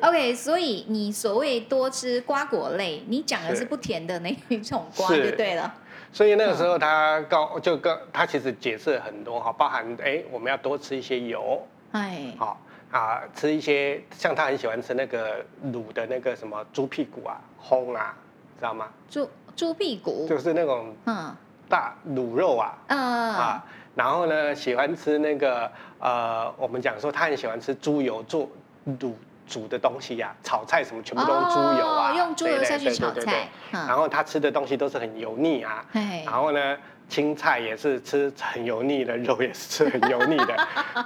Speaker 1: OK，所以你所谓多吃瓜果类，你讲的是不甜的那一种瓜
Speaker 2: 是
Speaker 1: 就对了。
Speaker 2: 所以那个时候他告就跟他其实解释了很多哈，包含哎、我们要多吃一些油，
Speaker 1: 哎，
Speaker 2: 好啊，吃一些像他很喜欢吃那个卤的那个什么猪屁股啊、烘啊，知道吗？
Speaker 1: 猪猪屁股，
Speaker 2: 就是那种
Speaker 1: 嗯
Speaker 2: 大卤肉啊
Speaker 1: 呃
Speaker 2: 啊，然后呢喜欢吃那个呃，我们讲说他很喜欢吃猪油做卤煮的东西呀、炒菜什么全部都用猪油啊，
Speaker 1: 哦用猪油
Speaker 2: 对
Speaker 1: 下去炒菜
Speaker 2: 对对对对
Speaker 1: 嗯
Speaker 2: 然后他吃的东西都是很油腻啊，
Speaker 1: 哎
Speaker 2: 然，后呢青菜也是吃很油腻的，肉也是吃很油腻 的。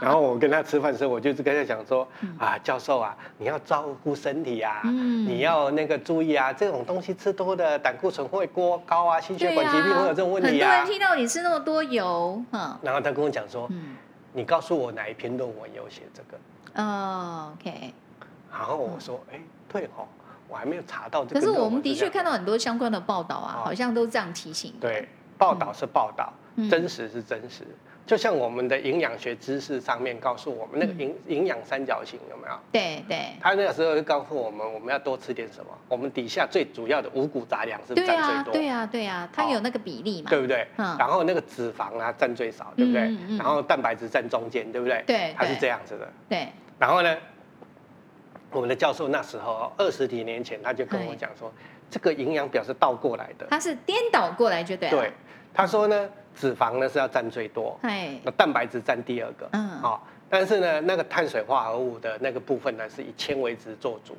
Speaker 2: 然后我跟他吃饭的时候，我就是跟他讲说啊，教授啊，你要照顾身体啊，
Speaker 1: 嗯
Speaker 2: 你要那个注意啊，这种东西吃多的胆固醇会过高啊，心血
Speaker 1: 对
Speaker 2: 管疾病会有这种问题
Speaker 1: 啊。
Speaker 2: 啊。
Speaker 1: 很多人听到你吃那么多油，嗯
Speaker 2: 然后他跟我讲说，
Speaker 1: 嗯
Speaker 2: 你告诉我哪一篇论文有写这个？
Speaker 1: 哦，OK。
Speaker 2: 然后我说，哎、对哦，我还没有查到这
Speaker 1: 嗯可
Speaker 2: 个
Speaker 1: 是
Speaker 2: 论文这样。
Speaker 1: 我们的确看到很多相关的报道啊，
Speaker 2: 哦
Speaker 1: 好像都这样提醒。
Speaker 2: 对报道是报道，
Speaker 1: 嗯
Speaker 2: 真实是真实。就像我们的营养学知识上面告诉我
Speaker 1: 嗯
Speaker 2: 们，那个营营养三角形有没有？
Speaker 1: 对对
Speaker 2: 他那个时候就告诉我们，我们要多吃点什么。我们底下最主要的五谷杂粮是不
Speaker 1: 对
Speaker 2: 是占
Speaker 1: 啊
Speaker 2: 最多，
Speaker 1: 对啊对啊，它
Speaker 2: 哦
Speaker 1: 有那个比例嘛。
Speaker 2: 对不对？
Speaker 1: 嗯
Speaker 2: 然后那个脂肪啊占最少，对不对？
Speaker 1: 嗯嗯嗯
Speaker 2: 然后蛋白质占中间，对不对？
Speaker 1: 对
Speaker 2: 它是
Speaker 1: 对
Speaker 2: 这样子的。
Speaker 1: 对，
Speaker 2: 然后呢，我们的教授那时候哦二十几年前他就跟我讲说，这个营养表是倒过来的。
Speaker 1: 它是颠倒过来就对了。
Speaker 2: 对，他说呢，脂肪呢是要占最多，
Speaker 1: 哎，
Speaker 2: 那蛋白质占第二个，
Speaker 1: 嗯
Speaker 2: 好、但是呢，那个碳水化合物的那个部分呢，是以纤维质做主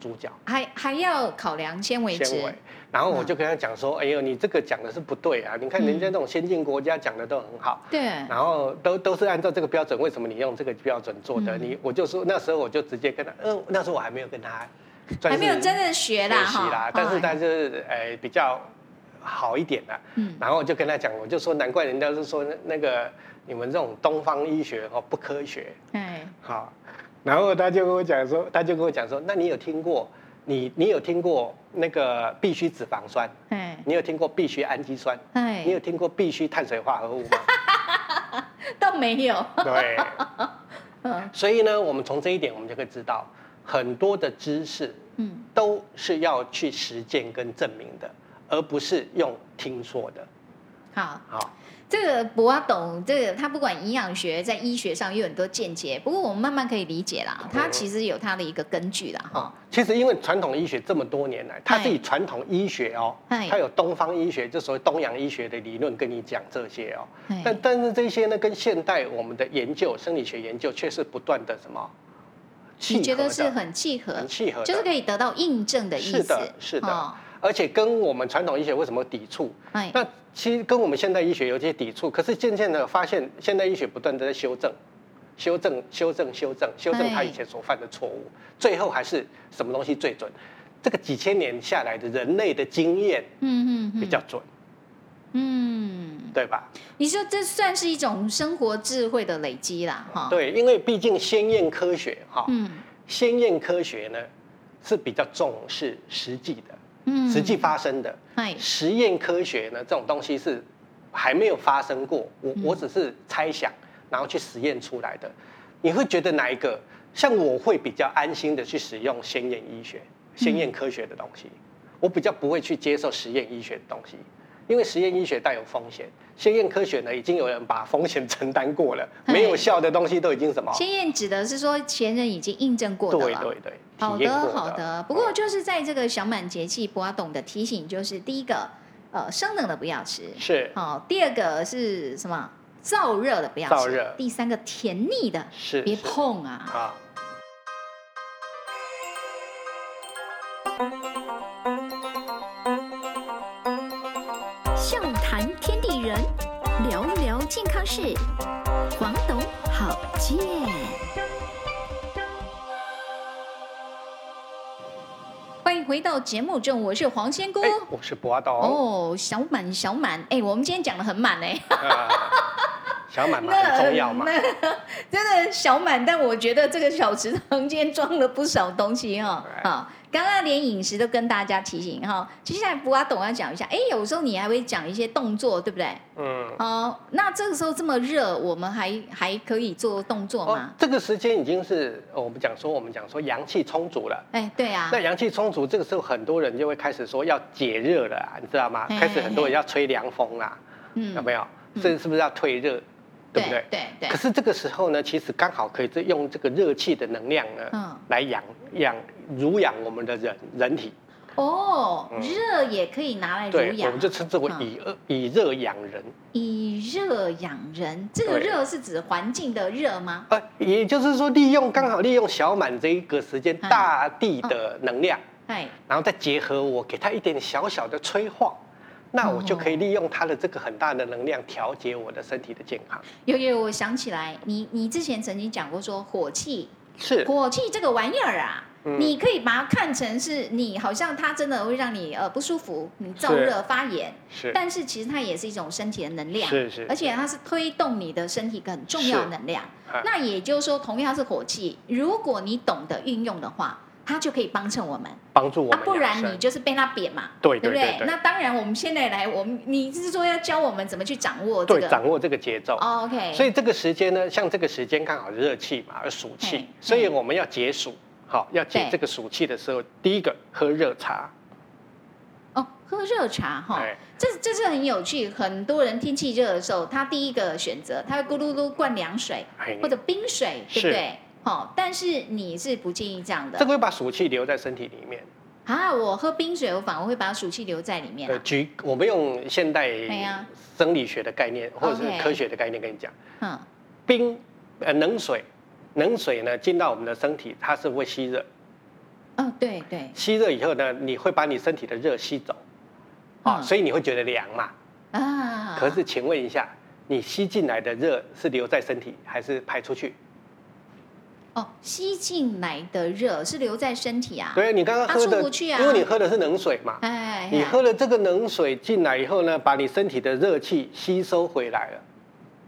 Speaker 2: 主角。
Speaker 1: 还还要考量纤维
Speaker 2: 纤维
Speaker 1: 质，，嗯
Speaker 2: 然后我就跟他讲说：“哎呦，你这个讲的是不对啊！你看人家那种先进国家讲的都很好，
Speaker 1: 对，
Speaker 2: 然后都都是按照这个标准，为什么你用这个标准做的？
Speaker 1: 嗯
Speaker 2: 你我就说那时候我就直接跟他，嗯、那时候我还没有跟他算
Speaker 1: 还
Speaker 2: 是
Speaker 1: 没有真的学啦
Speaker 2: 学习
Speaker 1: 哈，
Speaker 2: 啦
Speaker 1: 哦，
Speaker 2: 但是他就是呃比较好一点的，
Speaker 1: 嗯
Speaker 2: 然后我就跟他讲，我就说难怪人家是说那那个你们这种东方医学哦不科学，
Speaker 1: 哎
Speaker 2: 好，然后他就跟我讲说，他就跟我讲说，那你有听过你你有听过那个必需脂肪酸，
Speaker 1: 哎
Speaker 2: 你有听过必需氨基酸，你有
Speaker 1: 哎，
Speaker 2: 听过必需碳水化合物吗？
Speaker 1: 倒没有，
Speaker 2: 对，
Speaker 1: 嗯
Speaker 2: 所以呢，我们从这一点我们就可以知道，很多的知识
Speaker 1: 嗯，
Speaker 2: 都是要去实践跟证明的，而不是用听说的。
Speaker 1: 好。
Speaker 2: 好，
Speaker 1: 这个博阿董，这个他不管营养学在医学上有很多见解，不过我们慢慢可以理解啦，
Speaker 2: 嗯
Speaker 1: 他其实有他的一个根据啦，哈，
Speaker 2: 啊其实因为传统医学这么多年来，它是
Speaker 1: 哎
Speaker 2: 以传统医学哦，
Speaker 1: 哎
Speaker 2: 它有东方医学，就所谓东洋医学的理论跟你讲这些哦。
Speaker 1: 哎
Speaker 2: 但但是这些呢，跟现代我们的研究生理学研究却是不断的什么契合
Speaker 1: 你
Speaker 2: 的，
Speaker 1: 觉得是很契合
Speaker 2: 很，契合的，
Speaker 1: 就是可以得到印证的意思，
Speaker 2: 是的，是的。
Speaker 1: 哦
Speaker 2: 而且跟我们传统医学为什么抵触？
Speaker 1: 哎，
Speaker 2: 那其实跟我们现代医学有些抵触，可是渐渐的发现，现代医学不断的在修正、修正、修正、修正、修正他
Speaker 1: 哎
Speaker 2: 以前所犯的错误，最后还是什么东西最准？这个几千年下来的人类的经验
Speaker 1: 嗯嗯嗯，
Speaker 2: 比较准，
Speaker 1: 嗯，
Speaker 2: 对吧？
Speaker 1: 你说这算是一种生活智慧的累积啦，哈，，
Speaker 2: 对，因为毕竟鲜艳科学哈，
Speaker 1: 哦嗯
Speaker 2: 鲜艳科学呢是比较重视实际的、
Speaker 1: 嗯，
Speaker 2: 实际，发生的。
Speaker 1: 哎，
Speaker 2: 实验科学呢，这种东西是还没有发生过，我
Speaker 1: 嗯
Speaker 2: 我只是猜想，然后去实验出来的。你会觉得哪一个？像我会比较安心的去使用鲜验医学、鲜验科学的东
Speaker 1: 嗯
Speaker 2: 西，我比较不会去接受实验医学的东西，因为实验医学带有风险，鲜验科学呢已经有人把风险承担过了，
Speaker 1: 哎
Speaker 2: 没有效的东西都已经什么？
Speaker 1: 先验指的是说前人已经印证过
Speaker 2: 对
Speaker 1: 的了，
Speaker 2: 对对，
Speaker 1: 好
Speaker 2: 体验
Speaker 1: 的，
Speaker 2: 过哦
Speaker 1: 好的。不过就是在这个小满节气，不要懂得提醒，就是第一个，呃，生冷的不要吃，
Speaker 2: 哦是
Speaker 1: 好、第二个是什么？燥热的不要吃，
Speaker 2: 燥热
Speaker 1: 第三个甜腻的
Speaker 2: 是
Speaker 1: 别
Speaker 2: 是
Speaker 1: 碰啊。
Speaker 2: 啊。
Speaker 3: 笑谈天地人，聊聊健康事，黄董好见。
Speaker 1: 欢迎回到节目中，我是黄仙姑。
Speaker 2: 哎，我是博阿东。
Speaker 1: 哦，小满小满，哎、我们今天讲的很满哎、
Speaker 2: 啊， 小满嘛 很重要嘛，
Speaker 1: 那那 真的小满，但我觉得这个小池塘今天装了不少东西哈、
Speaker 2: 对
Speaker 1: 好，刚刚连饮食都跟大家提醒哈、接下来不阿董要讲一下，哎，有时候你还会讲一些动作，对不对？
Speaker 2: 嗯。
Speaker 1: 哦，那这个时候这么热，我们还还可以做动作
Speaker 2: 哦
Speaker 1: 吗？，
Speaker 2: 这个时间已经是呃我们讲说，我们讲说阳气充足了。
Speaker 1: 哎、对啊
Speaker 2: 那，阳气充足，这个时候很多人就会开始说要解热了啊，你知道吗？
Speaker 1: 嘿
Speaker 2: 开始很多人要吹凉风啦，
Speaker 1: 嗯
Speaker 2: 有没有？
Speaker 1: 嗯
Speaker 2: 这是不是要退热？对不对？
Speaker 1: 对对
Speaker 2: 可，是这个时候呢，其实刚好可以用这个热气的能量呢，
Speaker 1: 嗯
Speaker 2: 来养养濡养我们的人人体。
Speaker 1: 哦，
Speaker 2: 嗯
Speaker 1: 热也可以拿来
Speaker 2: 对
Speaker 1: 啊濡，
Speaker 2: 我
Speaker 1: 养
Speaker 2: 们，就称之为
Speaker 1: 嗯
Speaker 2: 以热以热养人。
Speaker 1: 以热养人。这个
Speaker 2: 对
Speaker 1: 热是指环境的热吗？
Speaker 2: 呃，也就是说，利用刚好利用小满这一个时间
Speaker 1: 嗯
Speaker 2: 大地的能量，
Speaker 1: 哎，
Speaker 2: 然后再结合我给它一点小小的催化，那我就可以利用它的这个很大的能量调节我的身体的健康。
Speaker 1: 有有，我想起来，你你之前曾经讲过说火气，
Speaker 2: 是，
Speaker 1: 火气这个玩意儿啊，
Speaker 2: 嗯
Speaker 1: 你可以把它看成是你好像它真的会让你呃不舒服，你燥
Speaker 2: 是
Speaker 1: 热发炎，
Speaker 2: 是
Speaker 1: 但是其实它也是一种身体的能量，
Speaker 2: 是是
Speaker 1: 而且它是推动你的身体一个很重要的
Speaker 2: 是
Speaker 1: 能量
Speaker 2: 哎。
Speaker 1: 那也就是说，同样是火气，如果你懂得运用的话，它就可以帮衬我们。
Speaker 2: 帮助我
Speaker 1: 啊
Speaker 2: 们，养生。
Speaker 1: 不然你就是被它扁嘛，
Speaker 2: 对
Speaker 1: 不
Speaker 2: 对对对
Speaker 1: 那当然，我们现在来，我们你是说要教我们怎么去掌握这
Speaker 2: 对
Speaker 1: 个？
Speaker 2: 掌握这个节奏。
Speaker 1: 哦 OK，
Speaker 2: 所以这个时间呢，像这个时间刚好是热气嘛，而暑
Speaker 1: 嘿
Speaker 2: 气，所以我们要解暑。好，要解
Speaker 1: 对
Speaker 2: 这个暑气的时候，第一个喝热茶。
Speaker 1: 哦，喝热茶哈
Speaker 2: 哎，
Speaker 1: 这这是很有趣。很多人天气热的时候，他第一个选择他会咕噜噜灌凉水
Speaker 2: 哎
Speaker 1: 或者冰水，对不哦
Speaker 2: 是
Speaker 1: 对？好，但是你是不建议这样的
Speaker 2: 这个会把暑气留在身体里面，
Speaker 1: 啊，我喝冰水，我反而会把暑气留在里面、
Speaker 2: 呃，
Speaker 1: 啊。
Speaker 2: 举我们用现代
Speaker 1: 啊
Speaker 2: 生理学的概念或者是
Speaker 1: OK
Speaker 2: 科学的概念跟你讲，
Speaker 1: 嗯，
Speaker 2: 冰呃冷水，冷水呢进到我们的身体，它是会吸热，
Speaker 1: 哦，对对，
Speaker 2: 吸热以后呢，你会把你身体的热吸走，啊、
Speaker 1: 嗯
Speaker 2: 所以你会觉得凉嘛。
Speaker 1: 啊，
Speaker 2: 可是，请问一下，你吸进来的热是留在身体还是排出去？
Speaker 1: 哦，吸进来的热是留在身体啊。，
Speaker 2: 对你刚刚
Speaker 1: 它
Speaker 2: 喝
Speaker 1: 出
Speaker 2: 的，
Speaker 1: 不去啊
Speaker 2: 因为你喝的是冷水嘛，
Speaker 1: 哎，
Speaker 2: 你
Speaker 1: 哎
Speaker 2: 喝了这个冷水进来以后呢，把你身体的热气吸收回来了，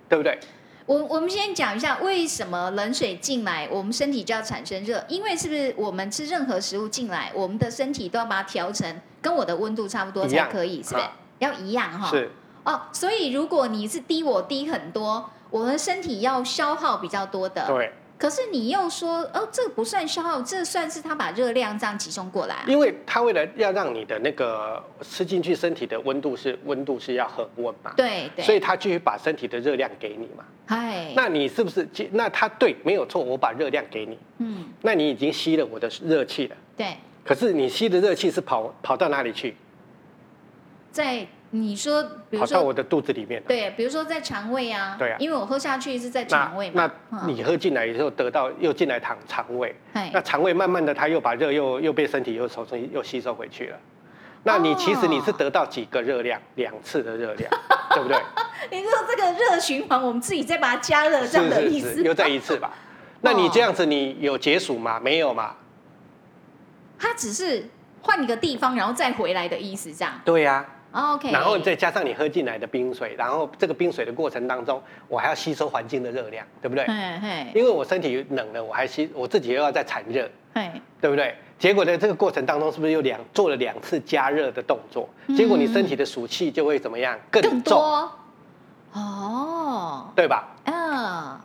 Speaker 2: 对不对？
Speaker 1: 我我们先讲一下为什么冷水进来，我们身体就要产生热，因为是不是我们吃任何食物进来，我们的身体都要把它调成跟我的温度差不多
Speaker 2: 一
Speaker 1: 才
Speaker 2: 样
Speaker 1: 可以，是不是
Speaker 2: 啊？
Speaker 1: 要一样哈。
Speaker 2: 是，
Speaker 1: 哦，所以如果你是低我低很多，我们身体要消耗比较多的。。
Speaker 2: 对，
Speaker 1: 可是你又说，哦，这个不算消耗，这算是它把热量这样集中过来、啊。
Speaker 2: 因为它为了要让你的那个吃进去身体的温度是温度是要恒温嘛，
Speaker 1: 对对。
Speaker 2: 所以它继续把身体的热量给你嘛。
Speaker 1: 哎，
Speaker 2: 那你是不是？其那它对，没有错，我把热量给你，
Speaker 1: 嗯，
Speaker 2: 那你已经吸了我的热气了。
Speaker 1: 对，
Speaker 2: 可是你吸的热气是跑跑到哪里去？
Speaker 1: 在你说，比如
Speaker 2: 跑到
Speaker 1: 说，
Speaker 2: 我的肚子里面了。
Speaker 1: 对，比如说在肠胃啊，
Speaker 2: 对啊
Speaker 1: 因为我喝下去是在
Speaker 2: 那
Speaker 1: 肠胃嘛嗯
Speaker 2: 那，你喝进来以后得到又进来肠肠胃，
Speaker 1: 哎
Speaker 2: 那，肠胃慢慢的它又把热又又被身体又重新又吸收回去了。那
Speaker 1: 哦
Speaker 2: 你其实你是得到几个热量，两次的热量，对不对？
Speaker 1: 你说这个热循环，我们自己再把它加热，这样
Speaker 2: 是
Speaker 1: 的意
Speaker 2: 是
Speaker 1: 思吗，哦
Speaker 2: 是，又再一次吧。那你这样子你有解暑吗？没有嘛？
Speaker 1: 它只是换一个地方，然后再回来的意思，这样。哦
Speaker 2: 对呀、
Speaker 1: OK，
Speaker 2: 然后再加上你喝进来的冰水，然后这个冰水的过程当中，我还要吸收环境的热量，对不对？
Speaker 1: 嘿嘿
Speaker 2: 因为我身体冷了，我还吸，我自己又要再产热，
Speaker 1: 嘿，
Speaker 2: 对不对？结果呢，这个过程当中是不是又两做了两次加热的动作？结果你身体的暑气就会怎么样？更
Speaker 1: 嗯更
Speaker 2: 重，
Speaker 1: 多哦，
Speaker 2: 对吧？
Speaker 1: 嗯，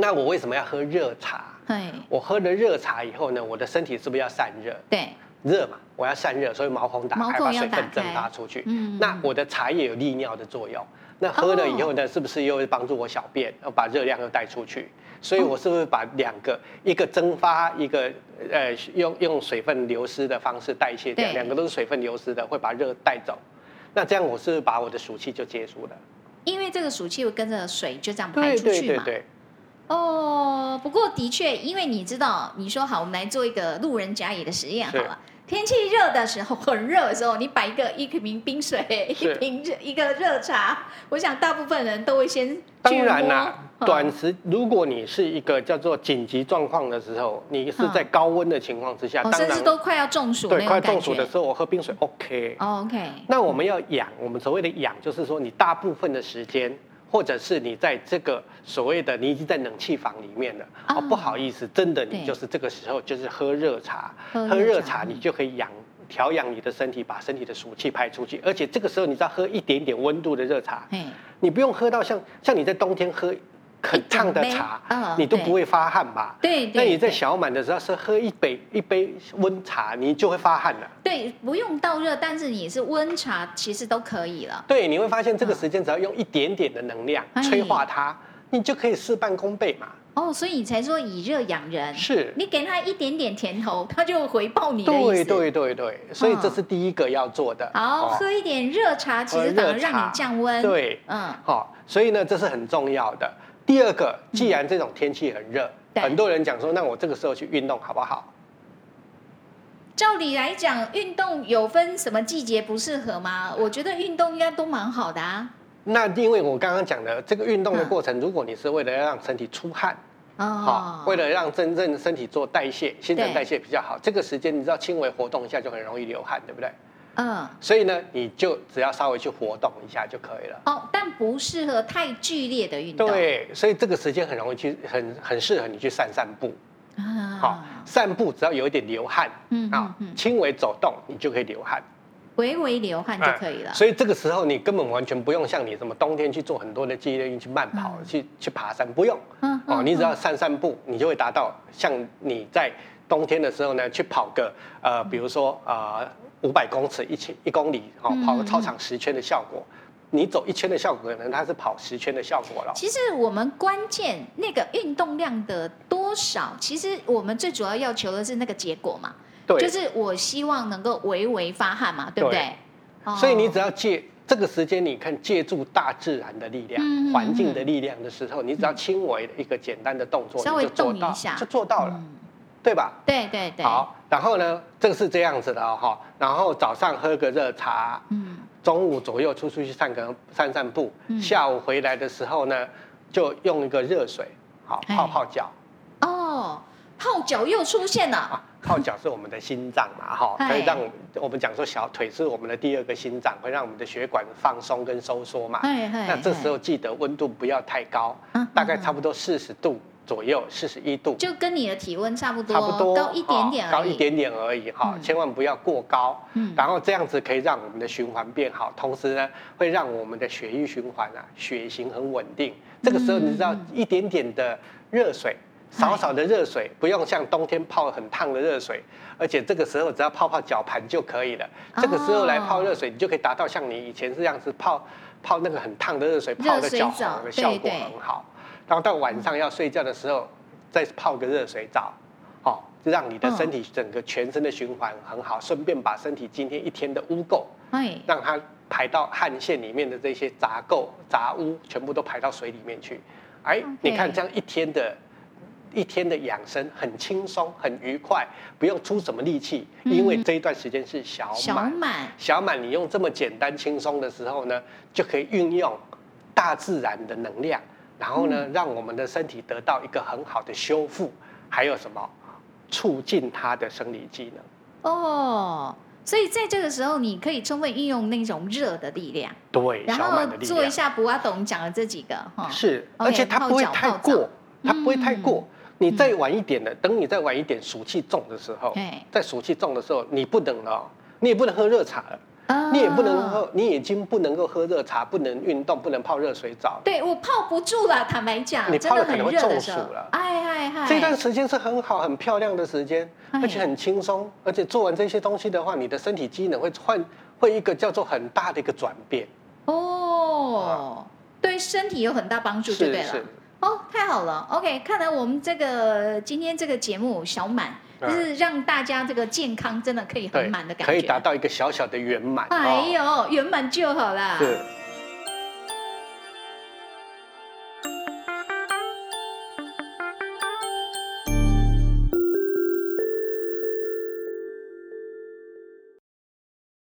Speaker 2: 那我为什么要喝热茶？
Speaker 1: 嘿，
Speaker 2: 我喝了热茶以后呢，我的身体是不是要散热？
Speaker 1: 对，
Speaker 2: 热嘛，我要散热，所以毛孔打
Speaker 1: 毛
Speaker 2: 开，
Speaker 1: 孔
Speaker 2: 把
Speaker 1: 要
Speaker 2: 水分
Speaker 1: 打
Speaker 2: 蒸
Speaker 1: 开
Speaker 2: 发出去。
Speaker 1: 嗯
Speaker 2: 那我的茶叶有利尿的作用，那喝了以后呢，是不是又会帮助我小便，
Speaker 1: 哦
Speaker 2: 然后把热量又带出去？所以我是不是把两个，一个蒸发，一个呃用用水分流失的方式代谢掉，
Speaker 1: 对
Speaker 2: 两个都是水分流失的，会把热带走。那这样我是不是把我的暑气就结束了？
Speaker 1: 因为这个暑气会跟着水就这样排
Speaker 2: 对
Speaker 1: 出
Speaker 2: 对
Speaker 1: 去
Speaker 2: 对
Speaker 1: 嘛。
Speaker 2: 对，
Speaker 1: 哦，不过的确，因为你知道，你说好，我们来做一个路人甲乙的实验好
Speaker 2: 是
Speaker 1: 了。天气热的时候，很热的时候，你摆一个一瓶冰水，一
Speaker 2: 是
Speaker 1: 瓶热一个热茶，我想大部分人都会先去哦
Speaker 2: 当然啦、
Speaker 1: 摸嗯
Speaker 2: 短时如果你是一个叫做紧急状况的时候，你是在
Speaker 1: 嗯
Speaker 2: 高温的情况之下，
Speaker 1: 哦，
Speaker 2: 当
Speaker 1: 甚
Speaker 2: 然
Speaker 1: 至都快要中暑那
Speaker 2: 对，
Speaker 1: 种
Speaker 2: 快
Speaker 1: 感觉。
Speaker 2: 中暑的时候，我喝冰水 OK。
Speaker 1: 哦，OK，
Speaker 2: 那我们要养，我们所谓的养，就是说你大部分的时间，或者是你在这个所谓的你已经在冷气房里面了，
Speaker 1: 啊
Speaker 2: 哦，不好意思，真的
Speaker 1: 对
Speaker 2: 你就是这个时候就是喝热茶，
Speaker 1: 喝热
Speaker 2: 喝热
Speaker 1: 茶嗯
Speaker 2: 茶你就可以养调养你的身体，把身体的暑气排出去，而且这个时候你只要喝一点点温度的热茶，
Speaker 1: 嘿，
Speaker 2: 你不用喝到像像你在冬天喝很烫的
Speaker 1: 一整
Speaker 2: 茶
Speaker 1: 杯嗯，
Speaker 2: 你都
Speaker 1: 对
Speaker 2: 不会发汗吧？
Speaker 1: 对对。
Speaker 2: 那你在
Speaker 1: 对
Speaker 2: 小满的时候是喝一杯一杯温茶，你就会发汗了。
Speaker 1: 对，不用倒热，但是你是温茶，其实都可以了。
Speaker 2: 对，你会发现这个时间只要用一点点的能量
Speaker 1: 哎
Speaker 2: 催化它，你就可以事半功倍嘛。
Speaker 1: 哦，所以你才说以热养人，
Speaker 2: 是，
Speaker 1: 你给他一点点甜头，他就回报你的意
Speaker 2: 对
Speaker 1: 思。
Speaker 2: 对对对，所以这是第一个要做的。
Speaker 1: 好，
Speaker 2: 哦
Speaker 1: 喝一点热茶，其实反而让你降温。，
Speaker 2: 对，
Speaker 1: 嗯，
Speaker 2: 好、所以呢，这是很重要的。第二个，既然这种天气很热，
Speaker 1: 对
Speaker 2: 很多人讲说，那我这个时候去运动好不好？
Speaker 1: 照理来讲，运动有分什么季节不适合吗？我觉得运动应该都蛮好的啊。
Speaker 2: 那因为我刚刚讲的这个运动的
Speaker 1: 嗯
Speaker 2: 过程，如果你是为了要让身体出汗，
Speaker 1: 哦
Speaker 2: 好、，为了让真正身体做代谢，新陈
Speaker 1: 对
Speaker 2: 代谢比较好，这个时间你知道轻微活动一下就很容易流汗，对不对？
Speaker 1: 嗯，
Speaker 2: 所以呢，你就只要稍微去活动一下就可以了。
Speaker 1: 哦，但不适合太剧烈的运动。，
Speaker 2: 对，所以这个时间很容易去，很很适合你去散散步。
Speaker 1: 啊，
Speaker 2: 好、散步只要有一点流汗，
Speaker 1: 嗯
Speaker 2: 啊
Speaker 1: 嗯嗯，
Speaker 2: 轻微走动你就可以流汗，
Speaker 1: 微微流汗就可以了
Speaker 2: 哎。所以这个时候你根本完全不用像你什么冬天去做很多的激烈运动、去慢跑、
Speaker 1: 嗯
Speaker 2: 去去爬山，不用。
Speaker 1: 嗯
Speaker 2: 哦，
Speaker 1: 嗯
Speaker 2: 你只要
Speaker 1: 嗯
Speaker 2: 散散步，你就会达到像你在冬天的时候呢，去跑个
Speaker 1: 嗯
Speaker 2: 呃，比如说呃五百公尺一千一公里，哦
Speaker 1: 嗯，
Speaker 2: 跑个操场十圈的效果。你走一圈的效果，可能它是跑十圈的效果了。
Speaker 1: 其实我们关键那个运动量的多少，其实我们最主要要求的是那个结果嘛。
Speaker 2: 对
Speaker 1: 就是我希望能够微微发汗嘛，对不对？哦
Speaker 2: 所以你只要借这个时间，你看借助大自然的力量
Speaker 1: 嗯嗯、
Speaker 2: 环境的力量的时候，你只要轻微的一个简单的动作，
Speaker 1: 稍微
Speaker 2: 你就做
Speaker 1: 动一
Speaker 2: 到
Speaker 1: 下，
Speaker 2: 就做到了，
Speaker 1: 嗯
Speaker 2: 对吧？
Speaker 1: 对对对，，
Speaker 2: 好，然后呢，这个是这样子的哦哈、然后早上喝个热茶，
Speaker 1: 嗯，
Speaker 2: 中午左右出出去散个散散步，
Speaker 1: 嗯
Speaker 2: 下午回来的时候呢，就用一个热水，好
Speaker 1: 哎
Speaker 2: 泡泡脚
Speaker 1: 哦，泡脚又出现了，
Speaker 2: 啊，泡脚是我们的心脏嘛，哈，
Speaker 1: 哎
Speaker 2: 可以让我们讲说小腿是我们的第二个心脏，会让我们的血管放松跟收缩嘛。
Speaker 1: 哎哎，
Speaker 2: 那这
Speaker 1: 哎
Speaker 2: 时候记得温度不要太高
Speaker 1: 嗯，
Speaker 2: 大概差
Speaker 1: 嗯
Speaker 2: 不多四十度左右，四十一度。
Speaker 1: 就跟你的体温差不多，
Speaker 2: 差不多
Speaker 1: 高一点点
Speaker 2: 哦
Speaker 1: 而已，
Speaker 2: 高一，点点而已哈，
Speaker 1: 嗯
Speaker 2: 千万不要过高。
Speaker 1: 嗯，
Speaker 2: 然后这样子可以让我们的循环变好，同时呢，会让我们的血液循环啊，血型很稳定。这个时候你知道
Speaker 1: 嗯
Speaker 2: 一点点的热水，少少的热水，不用像冬天泡很烫的热水，而且这个时候只要泡泡脚盘就可以了。
Speaker 1: 哦
Speaker 2: 这个时候来泡热水，你就可以达到像你以前这样子泡泡那个很烫的热水，泡的
Speaker 1: 热水
Speaker 2: 脚
Speaker 1: 澡
Speaker 2: 红的效
Speaker 1: 对
Speaker 2: 果
Speaker 1: 对
Speaker 2: 很好。然后到晚上要睡觉的时候，再泡个热水澡，好、让你的
Speaker 1: 嗯
Speaker 2: 身体整个全身的循环很好，顺便把身体今天一天的污垢，
Speaker 1: 哎，
Speaker 2: 让它排到汗腺里面的这些杂垢、杂污，全部都排到水里面去。哎
Speaker 1: OK，
Speaker 2: 你看这样一天的。一天的养生很轻松，很愉快，不用出什么力气，因为
Speaker 1: 嗯
Speaker 2: 这一段时间是小
Speaker 1: 小
Speaker 2: 满。
Speaker 1: 满，
Speaker 2: 小满，你用这么简单轻松的时候呢，就可以运用大自然的能量，然后呢，让我们的身体得到一个很好的修复，还有什么促进它的生理机能。
Speaker 1: 哦，所以在这个时候，你可以充分运用那种热的力量，
Speaker 2: 对，
Speaker 1: 然
Speaker 2: 小满
Speaker 1: 后
Speaker 2: 的力
Speaker 1: 做一
Speaker 2: 量
Speaker 1: 下不阿董讲的这几个哈，
Speaker 2: 是，
Speaker 1: OK，
Speaker 2: 而且它不会
Speaker 1: 泡脚
Speaker 2: 太
Speaker 1: 泡
Speaker 2: 过
Speaker 1: 澡，
Speaker 2: 它不会太过。你
Speaker 1: 嗯
Speaker 2: 再晚一点的，等你再晚一点暑气重的时候
Speaker 1: 哎，
Speaker 2: 在暑气重的时候，你不能了哦，你也不能喝热茶了，
Speaker 1: 啊
Speaker 2: 你也不能喝，你已经不能够喝热茶，不能运动，不能泡热水澡了。
Speaker 1: 对我泡不住了，坦白讲，
Speaker 2: 你
Speaker 1: 真
Speaker 2: 泡
Speaker 1: 的
Speaker 2: 了
Speaker 1: 很
Speaker 2: 可能会
Speaker 1: 热的
Speaker 2: 中
Speaker 1: 时候
Speaker 2: 暑了，
Speaker 1: 哎哎哎，
Speaker 2: 这段时间是很好、很漂亮的时间，
Speaker 1: 哎
Speaker 2: 而且很轻松，而且做完这些东西的话，你的身体机能会换，会一个叫做很大的一个转变。
Speaker 1: 哦，对身体有很大帮助，就对了
Speaker 2: 是。
Speaker 1: 哦，太好了，OK，看来我们这个今天这个节目小满，就
Speaker 2: 嗯
Speaker 1: 是让大家这个健康真的可以很
Speaker 2: 对
Speaker 1: 满的，感觉，
Speaker 2: 可以达到一个小小的圆满。
Speaker 1: 哎
Speaker 2: 哦，
Speaker 1: 呦，圆满就好啦。
Speaker 2: 是